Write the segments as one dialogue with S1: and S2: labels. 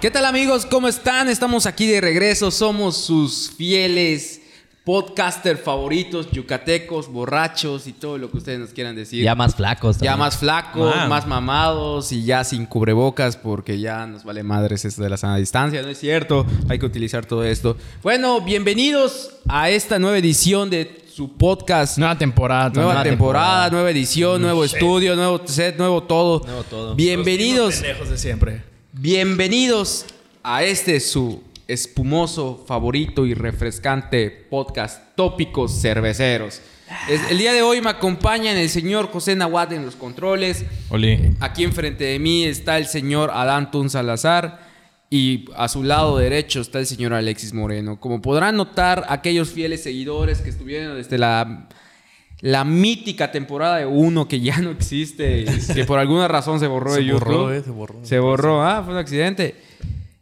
S1: ¿Qué tal amigos? ¿Cómo están? Estamos aquí de regreso. Somos sus fieles podcaster favoritos, yucatecos, borrachos y todo lo que ustedes nos quieran decir.
S2: Ya más flacos.
S1: Ya
S2: también.
S1: más flacos,
S3: Man.
S1: más mamados y ya sin cubrebocas porque ya nos vale madres esto de la sana distancia, ¿no es cierto? Hay que utilizar todo esto. Bueno, bienvenidos a esta nueva edición de su podcast.
S4: Nueva temporada.
S1: Nueva,
S4: también.
S1: temporada, nueva edición, nuevo estudio, nuevo set, nuevo todo.
S2: Nuevo todo.
S1: Bienvenidos,
S4: Lejos de siempre.
S1: bienvenidos a este su espumoso, favorito y refrescante podcast Tópicos Cerveceros. Es- el día de hoy me acompañan el señor José Nahuatl en los controles.
S3: Oli.
S1: Aquí enfrente de mí está el señor Adán Tun Salazar y a su lado derecho está el señor Alexis Moreno. Como podrán notar, aquellos fieles seguidores que estuvieron desde la, la mítica temporada de uno que ya no existe, y que por alguna razón se borró de YouTube. se borró. Se borró, ah, fue un accidente.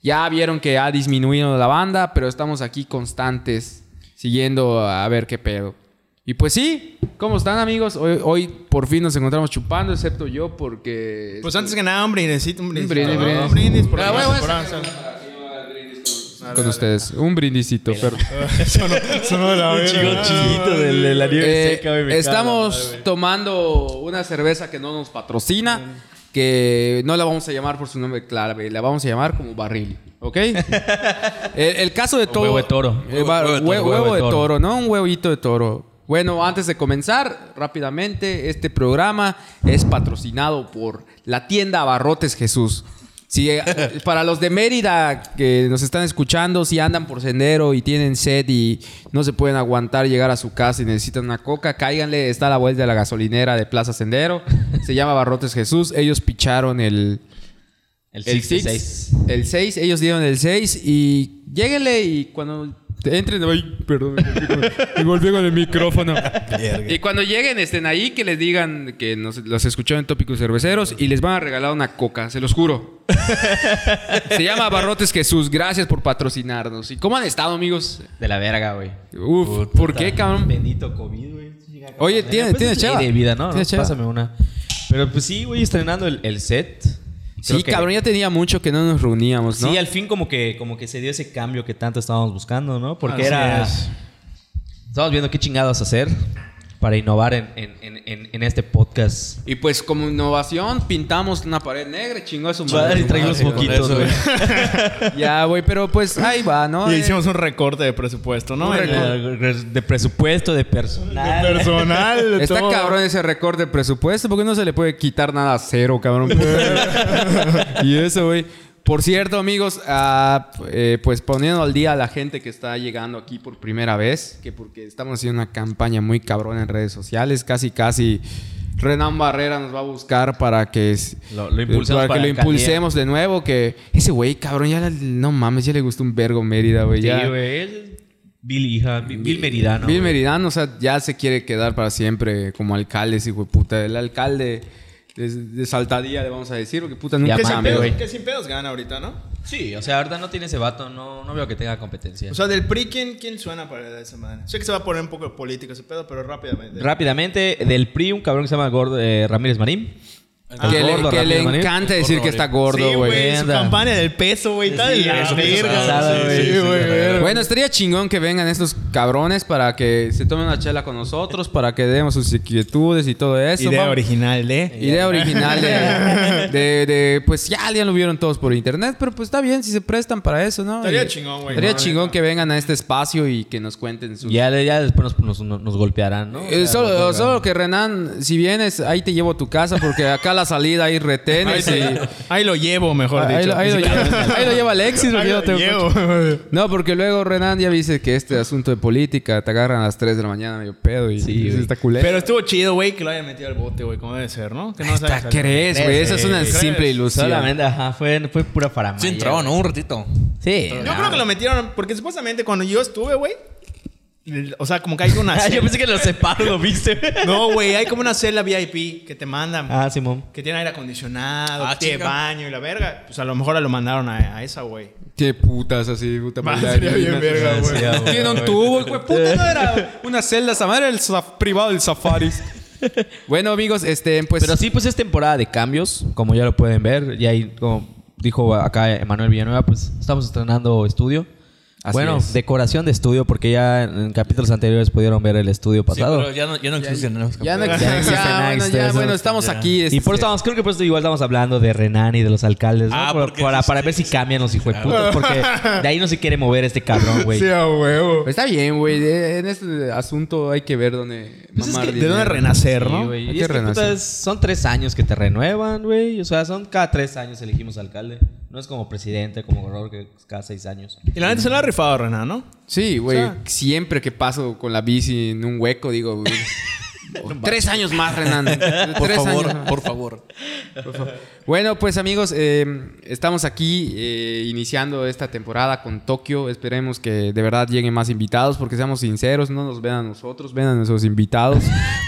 S1: Ya vieron que ha disminuido la banda, pero estamos aquí constantes, siguiendo a ver qué pedo. Y pues sí, ¿cómo están amigos? Hoy, hoy por fin nos encontramos chupando, excepto yo, porque...
S4: Pues antes que nada, un brindecito. Un brindis.
S1: brindis,
S4: Un brindis.
S1: brindis.
S4: por la
S1: Ah, bueno,
S4: nueva
S1: bueno,
S4: temporada.
S1: Con ustedes, un brindisito, pero...
S4: Sonó de la verga.
S2: Chico chiquito del, de la nieve
S1: Eh,
S2: seca, güey, me cago en la
S1: estamos
S2: madre, güey.
S1: tomando una cerveza que no nos patrocina, que no la vamos a llamar por su nombre clave, la vamos a llamar como barril, ¿ok? el, el caso de todo...
S2: huevo de toro.
S1: Eh, va- hue-
S3: Huevo de
S1: huevo,
S3: toro,
S1: de
S2: huevo de
S1: toro.
S2: toro.
S1: ¿no? Un huevito de toro. Bueno, antes de comenzar, rápidamente, este programa es patrocinado por la tienda Abarrotes Jesús. Si, eh, para los de Mérida que nos están escuchando, si andan por sendero y tienen sed y no se pueden aguantar llegar a su casa y necesitan una coca, cáiganle, está a la vuelta de la gasolinera de Plaza Sendero. Se llama Abarrotes Jesús. Ellos picharon el,
S2: El
S1: el
S2: 6
S1: 6. El 6, ellos dieron el 6 y lléguenle y cuando entren, ay, perdón, me golpeé con- me golpeé con el micrófono. y cuando lleguen, estén ahí, que les digan que nos, los escucharon en Tópicos Cerveceros y les van a regalar una coca, se los juro. se llama Barrotes Jesús, gracias por patrocinarnos. ¿Y cómo han estado, amigos?
S2: De la verga, güey.
S1: Uf, ¿por qué, cabrón?
S2: Bendito COVID, güey.
S1: Oye, ¿tiene-
S2: Pues,
S1: tienes
S2: es ley
S1: chava?
S2: de vida, ¿no?
S1: ¿Tienes
S2: No,
S1: chava?
S2: Pásame una. Pero pues sí, güey, estrenando el, el set. Creo
S1: Sí,
S2: que-
S1: cabrón, ya tenía mucho que no nos reuníamos, ¿no?
S2: Sí, al fin como que, como que se dio ese cambio que tanto estábamos buscando, ¿no? Porque
S4: Así
S2: era...
S4: es.
S2: Estábamos viendo qué chingados hacer para innovar en, en- en- en- en este podcast.
S1: Y pues como innovación pintamos una pared negra, y chingó a su madre.
S2: Madre,
S1: su
S2: traigo
S1: madre,
S2: unos
S1: güey.
S2: moquitos, güey.
S1: Ya, güey, pero pues ahí va, ¿no?
S4: Y
S1: Eh,
S4: hicimos un recorte de presupuesto, ¿no?
S1: Un
S4: En el-
S1: recorte.
S2: De presupuesto, de personal.
S4: de personal. de
S1: Eh, Está
S4: todo.
S1: cabrón ese récord de presupuesto, porque no se le puede quitar nada a cero, cabrón. y eso, güey. Por cierto, amigos, ah, eh, pues poniendo al día a la gente que está llegando aquí por primera vez, que porque estamos haciendo una campaña muy cabrona en redes sociales, casi, casi Renan Barrera nos va a buscar para que s-
S2: Lo- lo impulsemos
S1: para
S2: para
S1: que lo
S2: alcaldía.
S1: impulsemos de nuevo, que ese güey, cabrón, ya la- no mames, ya le gusta un vergo Mérida, güey.
S2: Sí,
S1: ya-
S2: güey. él- Bill, hija. Bill, Bill Meridano.
S1: Bill
S2: güey.
S1: Meridano, o sea, ya se quiere quedar para siempre como alcalde, ese hijo de puta. El alcalde de, de Saltadilla, le vamos a decir, porque puta nunca
S2: Ya
S4: Que
S1: se
S4: sin,
S2: mames,
S1: cambió.
S2: güey.
S4: pedos, que sin pedos gana ahorita, ¿no?
S2: Sí, o sea, ahorita no tiene ese vato. No, no veo que tenga competencia.
S4: O sea, del PRI, ¿quién, quién suena para esa madre? Sé que se va a poner un poco político ese pedo, pero rápidamente.
S2: Rápidamente, del PRI, un cabrón que se llama Gordo, eh, Ramírez Marín.
S1: Ah, Que le,
S2: Gordo
S1: que le
S2: Ramírez Marín.
S1: encanta decir que está
S4: Sí,
S1: gordo, güey.
S4: güey. Su
S2: Anda.
S4: campaña del peso, güey. Está de
S2: Sí,
S4: la
S2: eso me
S4: verga.
S2: pasaba,
S4: güey.
S2: güey.
S4: Sí, güey.
S1: bueno, estaría chingón que vengan estos cabrones para que se tomen una chela con nosotros, para que demos sus inquietudes y todo eso. Vamos-
S4: original, ¿eh?
S1: Idea original de, de- de- Pues ya, ya lo vieron todos por internet, pero pues está bien si se prestan para eso, ¿no?
S4: Estaría
S1: Y-
S4: chingón, güey.
S1: Estaría
S4: No,
S1: chingón
S4: neta.
S1: que vengan a este espacio y que nos cuenten sus...
S2: Ya, ya después nos, nos- nos golpearán,
S4: Oh,
S2: ¿no?
S1: Eh, solo, solo que Renan, si vienes, ahí te llevo a tu casa porque acá a la salida hay retenes y...
S4: Ahí lo llevo, mejor
S1: Ahí,
S4: dicho.
S1: lo- ahí lo lleva, ahí lo lleva Alexis. porque
S4: Ahí
S1: yo
S4: lo
S1: no tengo
S4: llevo.
S1: coche. No, porque luego Renan ya dice que este asunto de política te agarran a las 3 de la mañana medio pedo y
S2: Sí, güey.
S1: está culero.
S4: Pero estuvo chido, güey, que lo hayan metido al bote, güey, como debe ser, ¿no? Que no
S1: Hasta
S4: sabe-
S1: crees, güey. Esa es una
S4: ¿Crees?
S1: simple ilusión.
S2: Eh, Solamente, ajá, fue, fue pura faramaya.
S5: Sí entró, ¿no? Un ratito.
S2: Sí.
S4: Yo creo que lo metieron, porque supuestamente cuando yo estuve, güey, el- o sea, como que hay una.
S2: Ah, Yo pensé que lo separo, ¿lo viste?
S4: No, güey, hay como una celda VIP que te mandan,
S2: ah, Simón.
S4: que tiene aire acondicionado,
S5: Ah,
S4: tiene
S5: chinga.
S4: baño y la verga. Pues a lo mejor lo mandaron a, a esa, güey.
S1: Qué putas así, puta
S4: Va,
S1: madre.
S4: sería bien verga, güey.
S2: Sí, ah, güey.
S1: Tiene un tubo, güey. Puta, no era una celda, esa madre era el saf- privado del safari. bueno, amigos, este, pues.
S2: Pero sí, pues es temporada de cambios, como ya lo pueden ver. Ya hay como dijo acá Emanuel Villanueva, pues estamos estrenando estudio.
S1: Así
S2: bueno,
S1: es.
S2: decoración de estudio, porque ya en capítulos anteriores pudieron ver el estudio pasado.
S3: pero ya no, ya no existen. ¿no?
S1: Ya no
S3: Pero-
S1: existe.
S2: existe
S1: ya,
S2: nada,
S1: bueno,
S2: existe
S1: ya,
S2: eso.
S1: bueno, estamos
S3: Ya.
S1: aquí.
S2: y por
S1: este,
S2: eso estamos, creo que por eso igual estamos hablando de Renan y de los alcaldes, ¿no?
S3: Ah,
S2: Por-
S3: porque
S2: para,
S3: eso
S2: para
S3: sí,
S2: ver si
S3: sí,
S2: cambian los hijos
S3: claro.
S2: porque de ahí no se quiere mover este cabrón, güey.
S4: Sí, a huevo.
S1: Está bien, güey. de- En este asunto hay que ver dónde.
S4: Pues es
S1: mamar
S4: que de
S1: dinero.
S4: dónde renacer, ¿no?
S2: Sí, güey.
S1: Hay
S2: Y
S1: que
S2: es que, puta,
S1: renacer.
S2: es- son tres años que te renuevan, güey. O sea, son cada tres años elegimos alcalde. No es como presidente, como gobernador, que es cada seis años.
S4: Y la neta se lo ha rifado Renan, ¿no?
S1: Sí, güey.
S4: O sea-
S1: siempre que paso con la bici en un hueco, digo. güey, Tres años más, Renan.
S3: Por
S1: Tres
S3: favor,
S1: años más.
S3: por favor.
S1: Bueno, pues amigos, eh, estamos aquí eh, iniciando esta temporada con Tokio. Esperemos que de verdad lleguen más invitados, porque seamos sinceros, no nos ven a nosotros, ven a nuestros invitados.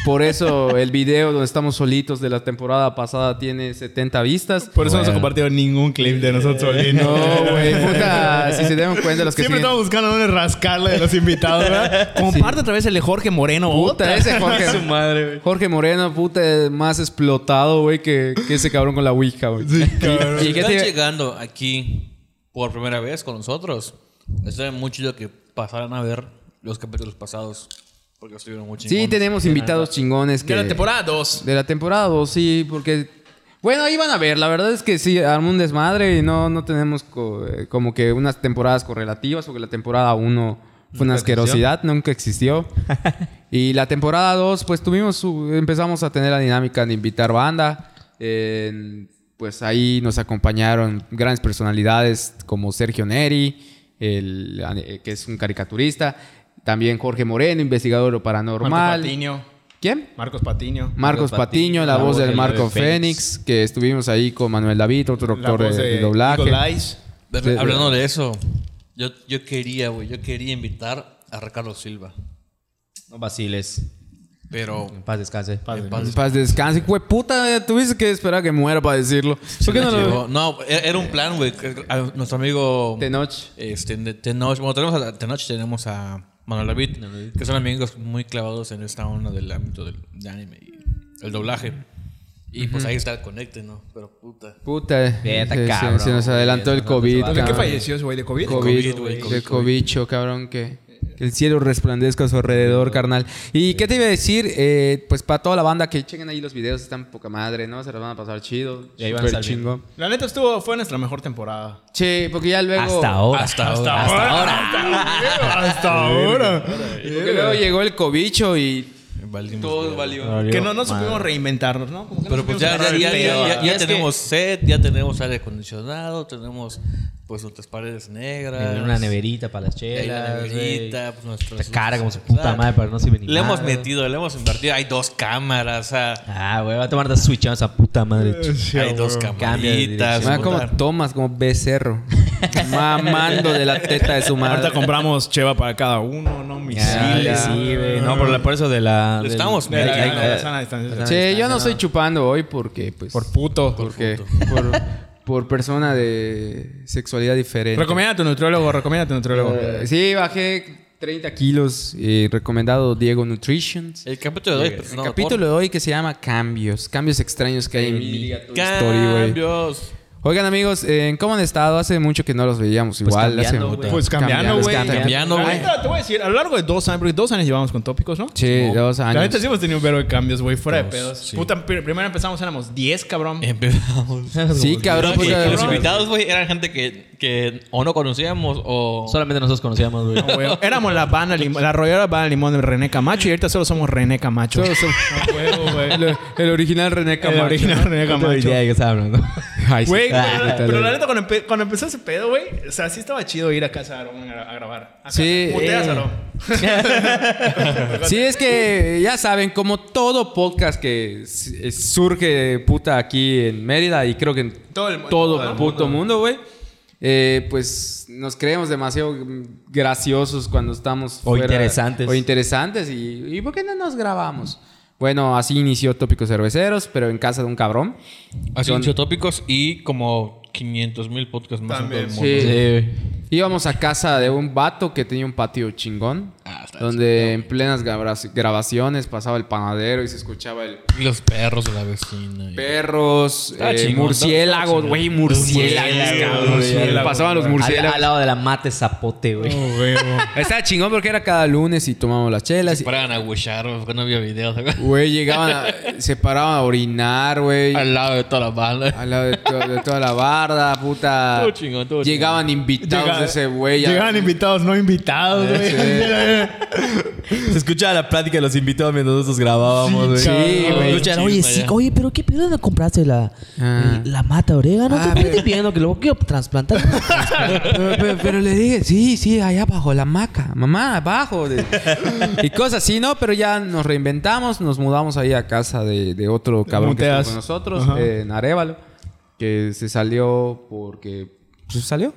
S1: Por eso el video donde estamos solitos de la temporada pasada tiene 70 vistas.
S4: Por eso no se ha
S2: Bueno.
S4: compartido ningún clip de nosotros. güey.
S1: No, güey, puta, si se dieron cuenta los que
S4: Siempre
S1: siguen-
S4: estamos buscando dónde rascarle de los invitados, ¿verdad? Comparte otra vez el de Jorge Moreno.
S1: Puta,
S4: otra.
S1: ese Jorge, Jorge Moreno, puta, más explotado, güey, que, que ese cabrón con la Ouija, güey.
S4: Sí, cabrón.
S1: Y-
S3: Si
S1: y que
S3: están
S1: te-
S3: llegando aquí por primera vez con nosotros, estaría muy chido que pasaran a ver los capítulos pasados. Porque estuvieron muy chingones.
S1: Sí, tenemos invitados chingones. Que,
S4: De la temporada 2.
S1: De la temporada 2, sí, porque... Bueno, ahí van a ver, la verdad es que sí, armó un desmadre y no, no tenemos co- eh, como que unas temporadas correlativas, porque la temporada 1 fue una asquerosidad, nunca existió. y la temporada 2, pues tuvimos, su- empezamos a tener la dinámica de invitar banda. eh, pues ahí nos acompañaron grandes personalidades como Sergio Neri, el, eh, que es un caricaturista. También Jorge Moreno, investigador de lo paranormal.
S4: Marcos Patiño.
S1: ¿Quién?
S4: Marcos Patiño.
S1: Marcos
S2: Marcos
S1: Patiño,
S2: Patiño,
S1: la voz del
S2: de
S1: Marco
S2: Leo Fénix.
S1: Fénix, que estuvimos ahí con Manuel David,
S4: La
S1: otro doctor
S4: voz
S1: de, de
S4: de
S1: doblaje.
S4: Eagle Eyes.
S3: Ver-
S1: Sí.
S3: Hablando de eso, yo, yo quería, güey, yo quería invitar a Ricardo Silva.
S2: No vaciles.
S3: Pero
S2: En paz descanse.
S3: en
S1: En
S3: paz-
S1: paz descanse, güey, puta, tuviste que esperar a que muera para decirlo. ¿Por qué no lo
S3: llegó. No, era era un plan, güey. que- a Nuestro amigo
S1: Tenoch.
S3: Este, de Tenoch. Bueno, tenemos a Tenoch, tenemos a Manuel David, que son amigos muy clavados en esta onda del ámbito del de anime y el doblaje. Y pues ahí está el conecte, ¿no? Pero puta.
S1: Puta, eh,
S2: Vete,
S1: se- se-
S2: cabrón,
S1: se nos
S2: güey,
S1: adelantó el
S2: nosotros
S1: COVID.
S2: vamos.
S4: ¿De qué
S1: cabrón.
S4: falleció ese güey? ¿De COVID?
S1: COVID,
S3: COVID, güey,
S1: de
S3: COVID,
S1: cobicho, cabrón, que, que el cielo resplandezca a su alrededor, carnal. ¿Y qué te iba a decir? Eh, pues para toda la banda que chequen ahí los videos, están poca madre, ¿no? Se los van a pasar chido,
S2: Y ahí van a
S1: súper
S2: estar bien.
S1: chingón.
S4: La neta estuvo, fue nuestra mejor temporada.
S1: Che, porque ya luego...
S2: Hasta ahora.
S3: Hasta ahora.
S2: Hasta ahora.
S4: Hasta ahora.
S1: Porque luego llegó el cobicho y
S3: Valimos
S1: todo
S3: verga.
S1: valió.
S4: Que no, no supimos reinventarnos, ¿no? Como que no
S3: Pero pues
S4: supimos
S3: ya, ya,
S4: agarrar el
S3: ya,
S4: pedo, Este,
S3: ya- ya-
S4: ¿verdad?
S3: ya
S2: es que-
S3: tenemos set, ya tenemos aire acondicionado, tenemos pues nuestras paredes negras.
S2: En una neverita para las
S3: Ahí
S2: chelas.
S3: la neverita, pues, nuestras-
S2: Te cara como su puta madre, pero no sirve ni
S3: Le hemos
S2: madre.
S3: metido, le hemos invertido. Hay dos cámaras, o sea,
S2: Ah, güey, va a tomar de switch a esa puta madre.
S4: Sí,
S3: hay
S4: a
S3: dos
S4: huevo.
S2: Cambia de
S3: camaritas.
S1: Más Ah, como
S3: puta.
S1: Tomas, como becerro. Mamando de la teta de su madre.
S4: Ahorita compramos cheva para cada uno, ¿no?
S1: ya.
S2: Ah,
S4: Misiles.
S2: sí, güey. No, por, la- por eso de la.
S3: Le
S2: del-
S3: estamos
S4: De la-
S3: Ay,
S4: de la
S3: ay,
S4: sana distancia.
S1: Che, yo no estoy chupando hoy porque, pues.
S4: Por puto.
S1: porque, Por, por persona de sexualidad diferente.
S4: Recomienda a tu nutriólogo, recomienda a tu nutriólogo.
S1: Eh, sí, bajé 30 kilos. eh, recomendado Diego Nutrition.
S3: El capítulo de hoy, pues,
S1: El
S3: patrocinado
S1: capítulo de hoy que se llama Cambios. Cambios extraños que hay en mi
S3: por
S1: story, güey.
S3: Cambios.
S1: Oigan, amigos, eh, ¿cómo han estado? Hace mucho que no los veíamos. Igual, hace-
S2: cambiando, güey.
S4: Pues cambiando, güey.
S3: Cambiando,
S4: La
S3: güey.
S4: neta, te voy a decir, a lo largo de dos años, porque dos años llevamos con tópicos, ¿no?
S1: Sí, dos
S4: La neta
S1: años.
S4: sí hemos tenido un verbo de cambios, güey, fuera de
S3: Dos,
S4: pedos.
S3: sí.
S4: Puta, pr- primero empezamos, éramos 10, cabrón.
S1: Em-
S3: Empezamos.
S1: Sí, cabrón. pues,
S3: Y
S1: puta,
S3: los
S1: cabrón.
S3: invitados, güey, eran gente que, que o no conocíamos o...
S2: Solamente nosotros conocíamos, güey.
S4: No, güey. Éramos la banda, lim- la arrolladora banda limón de René Camacho y ahorita solo somos René Camacho.
S1: Todos son-
S4: A huevo, güey.
S1: El, el original René Camacho.
S4: El original René
S2: No tengo
S4: Camacho.
S2: idea de qué estaba hablando.
S1: Ay, sí.
S4: Güey,
S1: Ah,
S4: pero,
S1: neta,
S4: pero la
S1: güey.
S4: neta, cuando, empe- cuando empezó ese pedo, güey, o sea, sí estaba chido ir a casa de Aarón a, a grabar. A
S1: Sí,
S4: casa. Putea,
S1: eh.
S4: Aarón.
S1: Sí, es que ya saben, como todo podcast que s- eh, surge puta aquí en Mérida y creo que en
S4: Todo el mu-
S1: todo
S4: todo el
S1: puto mundo, güey. eh, pues nos creemos demasiado mm, graciosos cuando estamos
S2: O interesantes.
S1: O interesantes. Y, ¿Y por qué no nos grabamos? Bueno, así inició Tópicos Cerveceros, pero en casa de un cabrón.
S3: Así
S1: Son-
S3: muchos tópicos y como 500 mil podcasts más en todo el
S4: También,
S3: mundo.
S1: Sí.
S2: Sí, güey.
S1: Íbamos a casa de un vato que tenía un patio chingón.
S3: Ah, está
S1: donde en plenas grabas- grabaciones pasaba el panadero y se escuchaba el
S3: Y los perros de la vecina. y-
S1: perros,
S3: Estaba
S1: eh,
S3: chingón, estaba
S1: murciélagos,
S3: chingón.
S1: güey, murciélagos,
S2: Murciélagos,
S1: cabrón.
S2: murciélagos.
S1: Pasaban los
S2: Al,
S1: murciélagos.
S2: al lado de la mate zapote, güey.
S3: Oh, huevo.
S1: Estaba chingón porque era cada lunes y tomábamos las chelas. y-
S3: Paraban a huechar, porque no había videos.
S1: Güey, llegaban, a- se paraban a orinar, güey.
S3: Al lado de toda la banda.
S1: Al lado de, to- de toda la barda, puta.
S3: Todo chingón, todo chingón.
S1: Ah, Llegaban invitados
S4: Llega-
S1: de ese güey. a-
S4: Llegaban invitados, no invitados, güey.
S2: Se escuchaba la plática de los invitados mientras nosotros grabábamos, güey.
S1: Sí,
S3: cabrón.
S1: güey.
S2: Escuchan,
S3: Sí,
S2: oye,
S3: vaya.
S2: sí, oye, pero qué pedo de comprarse la,
S1: Ah.
S2: la mata orégano.
S1: Ah,
S2: ¿Qué
S1: pero-
S2: estás pidiendo? Que luego quiero trasplantar.
S1: pero, pero- pero le dije, sí, sí, allá abajo, la maca. Mamá, abajo. de- y cosas así, ¿no? Pero ya nos reinventamos, nos mudamos ahí a casa de, de otro cabrón
S4: Muteas.
S1: que estuvo con nosotros,
S4: Ajá.
S1: eh, en Arevalo, que se salió porque... Se salió.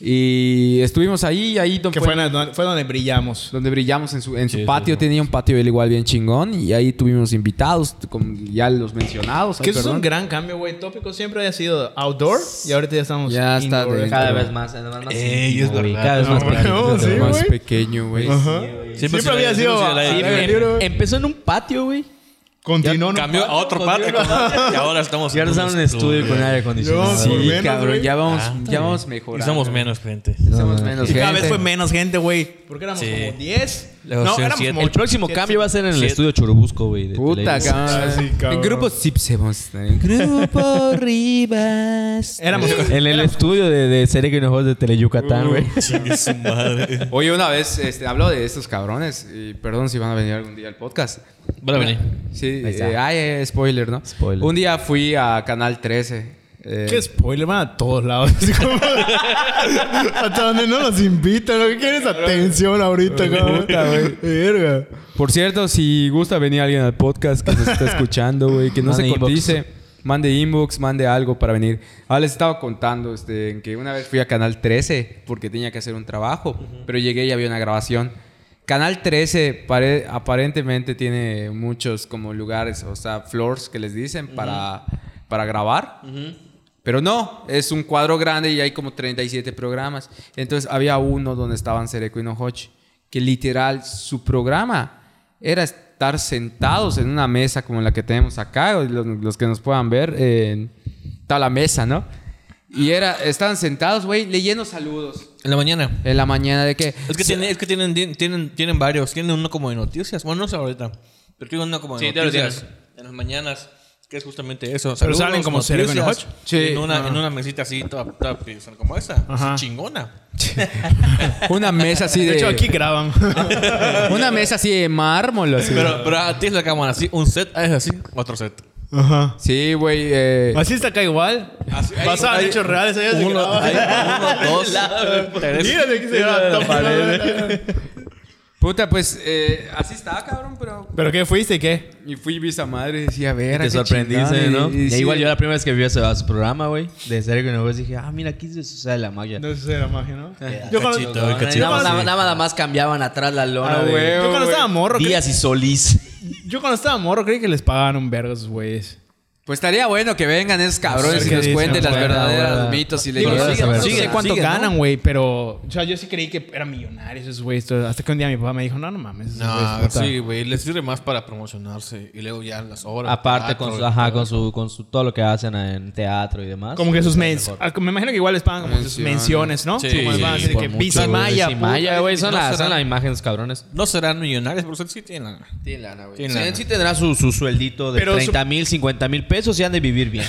S1: Y estuvimos ahí, ahí don
S4: Que
S1: Fuente-
S4: fue, donde- fue donde brillamos.
S1: donde brillamos en su, en su
S3: Sí,
S1: patio.
S3: sí, sí.
S1: Tenía un patio él igual bien chingón y ahí tuvimos invitados, como ya los mencionados.
S4: que
S1: Ay,
S4: eso es
S1: perdón.
S4: un gran cambio, güey. Tópico siempre había sido outdoor y ahorita ya estamos
S1: Ya está
S4: indoor.
S1: dentro.
S2: Cada vez más, además más.
S3: Ey,
S2: íntimo,
S3: es
S2: güey.
S3: verdad.
S2: Cada vez más
S4: No, no,
S2: pequeñito,
S4: sí,
S2: güey.
S1: más
S4: güey.
S1: pequeño, güey.
S4: Ajá.
S3: Siempre
S4: Siempre,
S3: se
S4: había
S3: la-
S4: sido
S3: siempre se la-
S4: al
S3: Sí,
S4: aire
S3: em-
S4: libre, güey.
S2: Empezó en un patio, güey.
S4: Continuó en un
S3: Cambió a otro patio. Y ahora estamos
S2: Y ahora estamos en un estudio con aire acondicionado.
S4: No,
S1: Sí,
S4: por menos,
S1: cabrón,
S4: güey.
S1: ya vamos,
S3: Ah,
S1: ya vamos
S3: Y
S1: mejorando.
S3: somos menos gente.
S1: Somos menos
S4: Y cada
S1: gente.
S4: vez fue menos gente, güey. Porque éramos
S3: Sí.
S4: como 10.
S3: Luego
S4: No,
S3: sí,
S4: éramos
S3: siete.
S4: como
S2: El próximo
S4: siete,
S2: cambio va a ser en el
S3: Sí.
S2: estudio Churubusco, güey. de
S1: Puta,
S2: Televisa.
S1: cabrón.
S4: "Ah, Sí, cabrón.
S1: En grupo Sipsemos. En grupo Rivas.
S4: Éramos
S2: En el estudio de, de Serie que nos de Teleyucatán, güey.
S3: Chingue su madre.
S1: Oye, una vez este, hablo de estos cabrones. Y perdón si van a venir algún día al podcast.
S3: Bueno, vení.
S1: Sí,
S2: Ahí está.
S1: eh, ay, eh, spoiler, ¿no?
S2: Spoiler.
S1: Un día fui a Canal 13. eh,
S4: Qué spoiler, van a todos lados. Así como- Hasta donde no nos invitan. ¿Qué quieres atención ahorita, cabrón? Verga.
S1: Por cierto, si gusta venir alguien al podcast que nos está escuchando, güey, que no
S2: Mande
S1: se
S2: inbox.
S1: cotice, mande inbox, mande algo para venir. Ah, les estaba contando este, en que una vez fui a Canal 13 porque tenía que hacer un trabajo, pero llegué y había una grabación. Canal 13 pare- aparentemente tiene muchos como lugares, o sea, floors que les dicen para, para grabar. Pero no, es un cuadro grande y hay como 37 programas. Entonces había uno donde estaban Sereco y Nohoch, que literal su programa era estar sentados en una mesa como la que tenemos acá, o los, los que nos puedan ver, en está la mesa, ¿no? Y era, estaban sentados, güey, leyendo saludos
S3: En la mañana.
S1: en la mañana de que...
S3: Es que, tiene- es que tienen, tienen, tienen varios. Tienen uno como de noticias. Bueno, no sé ahorita. Pero tienen uno como de
S4: Sí, te lo
S3: noticias. En las mañanas. Que es justamente eso.
S4: Pero salen como Cerebro
S3: noticias,
S4: Henoch.
S1: Sí.
S3: En una, en una mesita así, toda, toda son como esa.
S4: Ajá.
S3: Así chingona.
S1: Una mesa así de...
S4: De hecho, aquí graban.
S1: Una mesa así de mármol, así.
S3: Pero, pero a ti es la cámara así. Un set ah, es así. Otro set.
S4: Ajá.
S1: Sí, güey. eh,
S4: Así está acá igual.
S3: Así- ahí-
S4: Pasaban
S3: ahí-
S4: hechos reales. Ahí se
S3: Uno,
S4: grababa.
S3: hay uno, dos, tres.
S4: pues. Mira de aquí se graba, toma,
S1: Puta, pues eh, así estaba, cabrón, pero
S4: ¿Pero qué fuiste y qué?
S1: Y fui visa madre y decía, a ver,
S2: Te
S1: qué
S2: sorprendiste,
S1: chingada".
S2: ¿no?
S1: Y- y
S2: Y
S1: sí.
S2: igual yo la primera vez que vi ese a su programa, güey, de Serie que nos dije, ah, mira, aquí se sucede la magia.
S4: No sé si era magia, ¿no?
S3: Yo
S4: Yo
S3: con-
S4: cuando,
S3: Eh, cachito, el cachito.
S2: nada, más-
S4: sí.
S2: nada- nada más cambiaban atrás la lona
S1: Ah,
S2: de
S1: güey.
S4: yo cuando estaba morro, cre-
S2: Díaz y Solís.
S4: yo cuando estaba morro creí que les pagaban un verga a esos güeyes.
S1: Pues estaría bueno que vengan esos cabrones
S4: Sí,
S1: y nos
S4: sí,
S1: cuenten
S4: sí,
S1: las
S4: buena,
S1: verdaderas
S2: buena.
S1: mitos y
S4: Digo,
S1: leyendas.
S2: llegas a
S4: sí,
S2: saber.
S4: no
S2: Siguen,
S4: sé cuánto
S1: siguen, ¿no?
S4: ganan, güey, pero... O sea, yo sí creí que eran millonarios esos güeyes. todo- Hasta que un día mi papá me dijo, no, no mames. esos güeyes,
S3: No,
S4: puta".
S3: sí, güey. Les sirve más para promocionarse. Y luego ya las obras.
S2: Aparte
S4: Ah,
S3: teatro,
S2: con su,
S3: y
S2: ajá,
S3: todo.
S2: con su, con su, todo lo que hacen en teatro y demás.
S4: Como que sus
S2: Está
S4: mens...
S2: mejor.
S4: ah, Me imagino que igual les pagan como sus
S1: Menciones.
S4: menciones, ¿no?
S3: Sí,
S4: como les van a
S3: sí,
S4: decir
S2: por
S4: que
S2: mucho,
S4: Pisi
S2: güey.
S4: Maya,
S2: Pisi
S4: puta,
S2: Maya, güey, son,
S3: no
S2: las-
S3: será-
S2: son las imágenes cabrones.
S3: No serán millonarios, pero sí tienen lana.
S2: Tiene lana, güey.
S3: Tiene
S2: Sí,
S3: lana.
S2: sí tendrá su, su sueldito de
S4: Pero su-
S2: 30 mil, 50 mil pesos y han de vivir bien.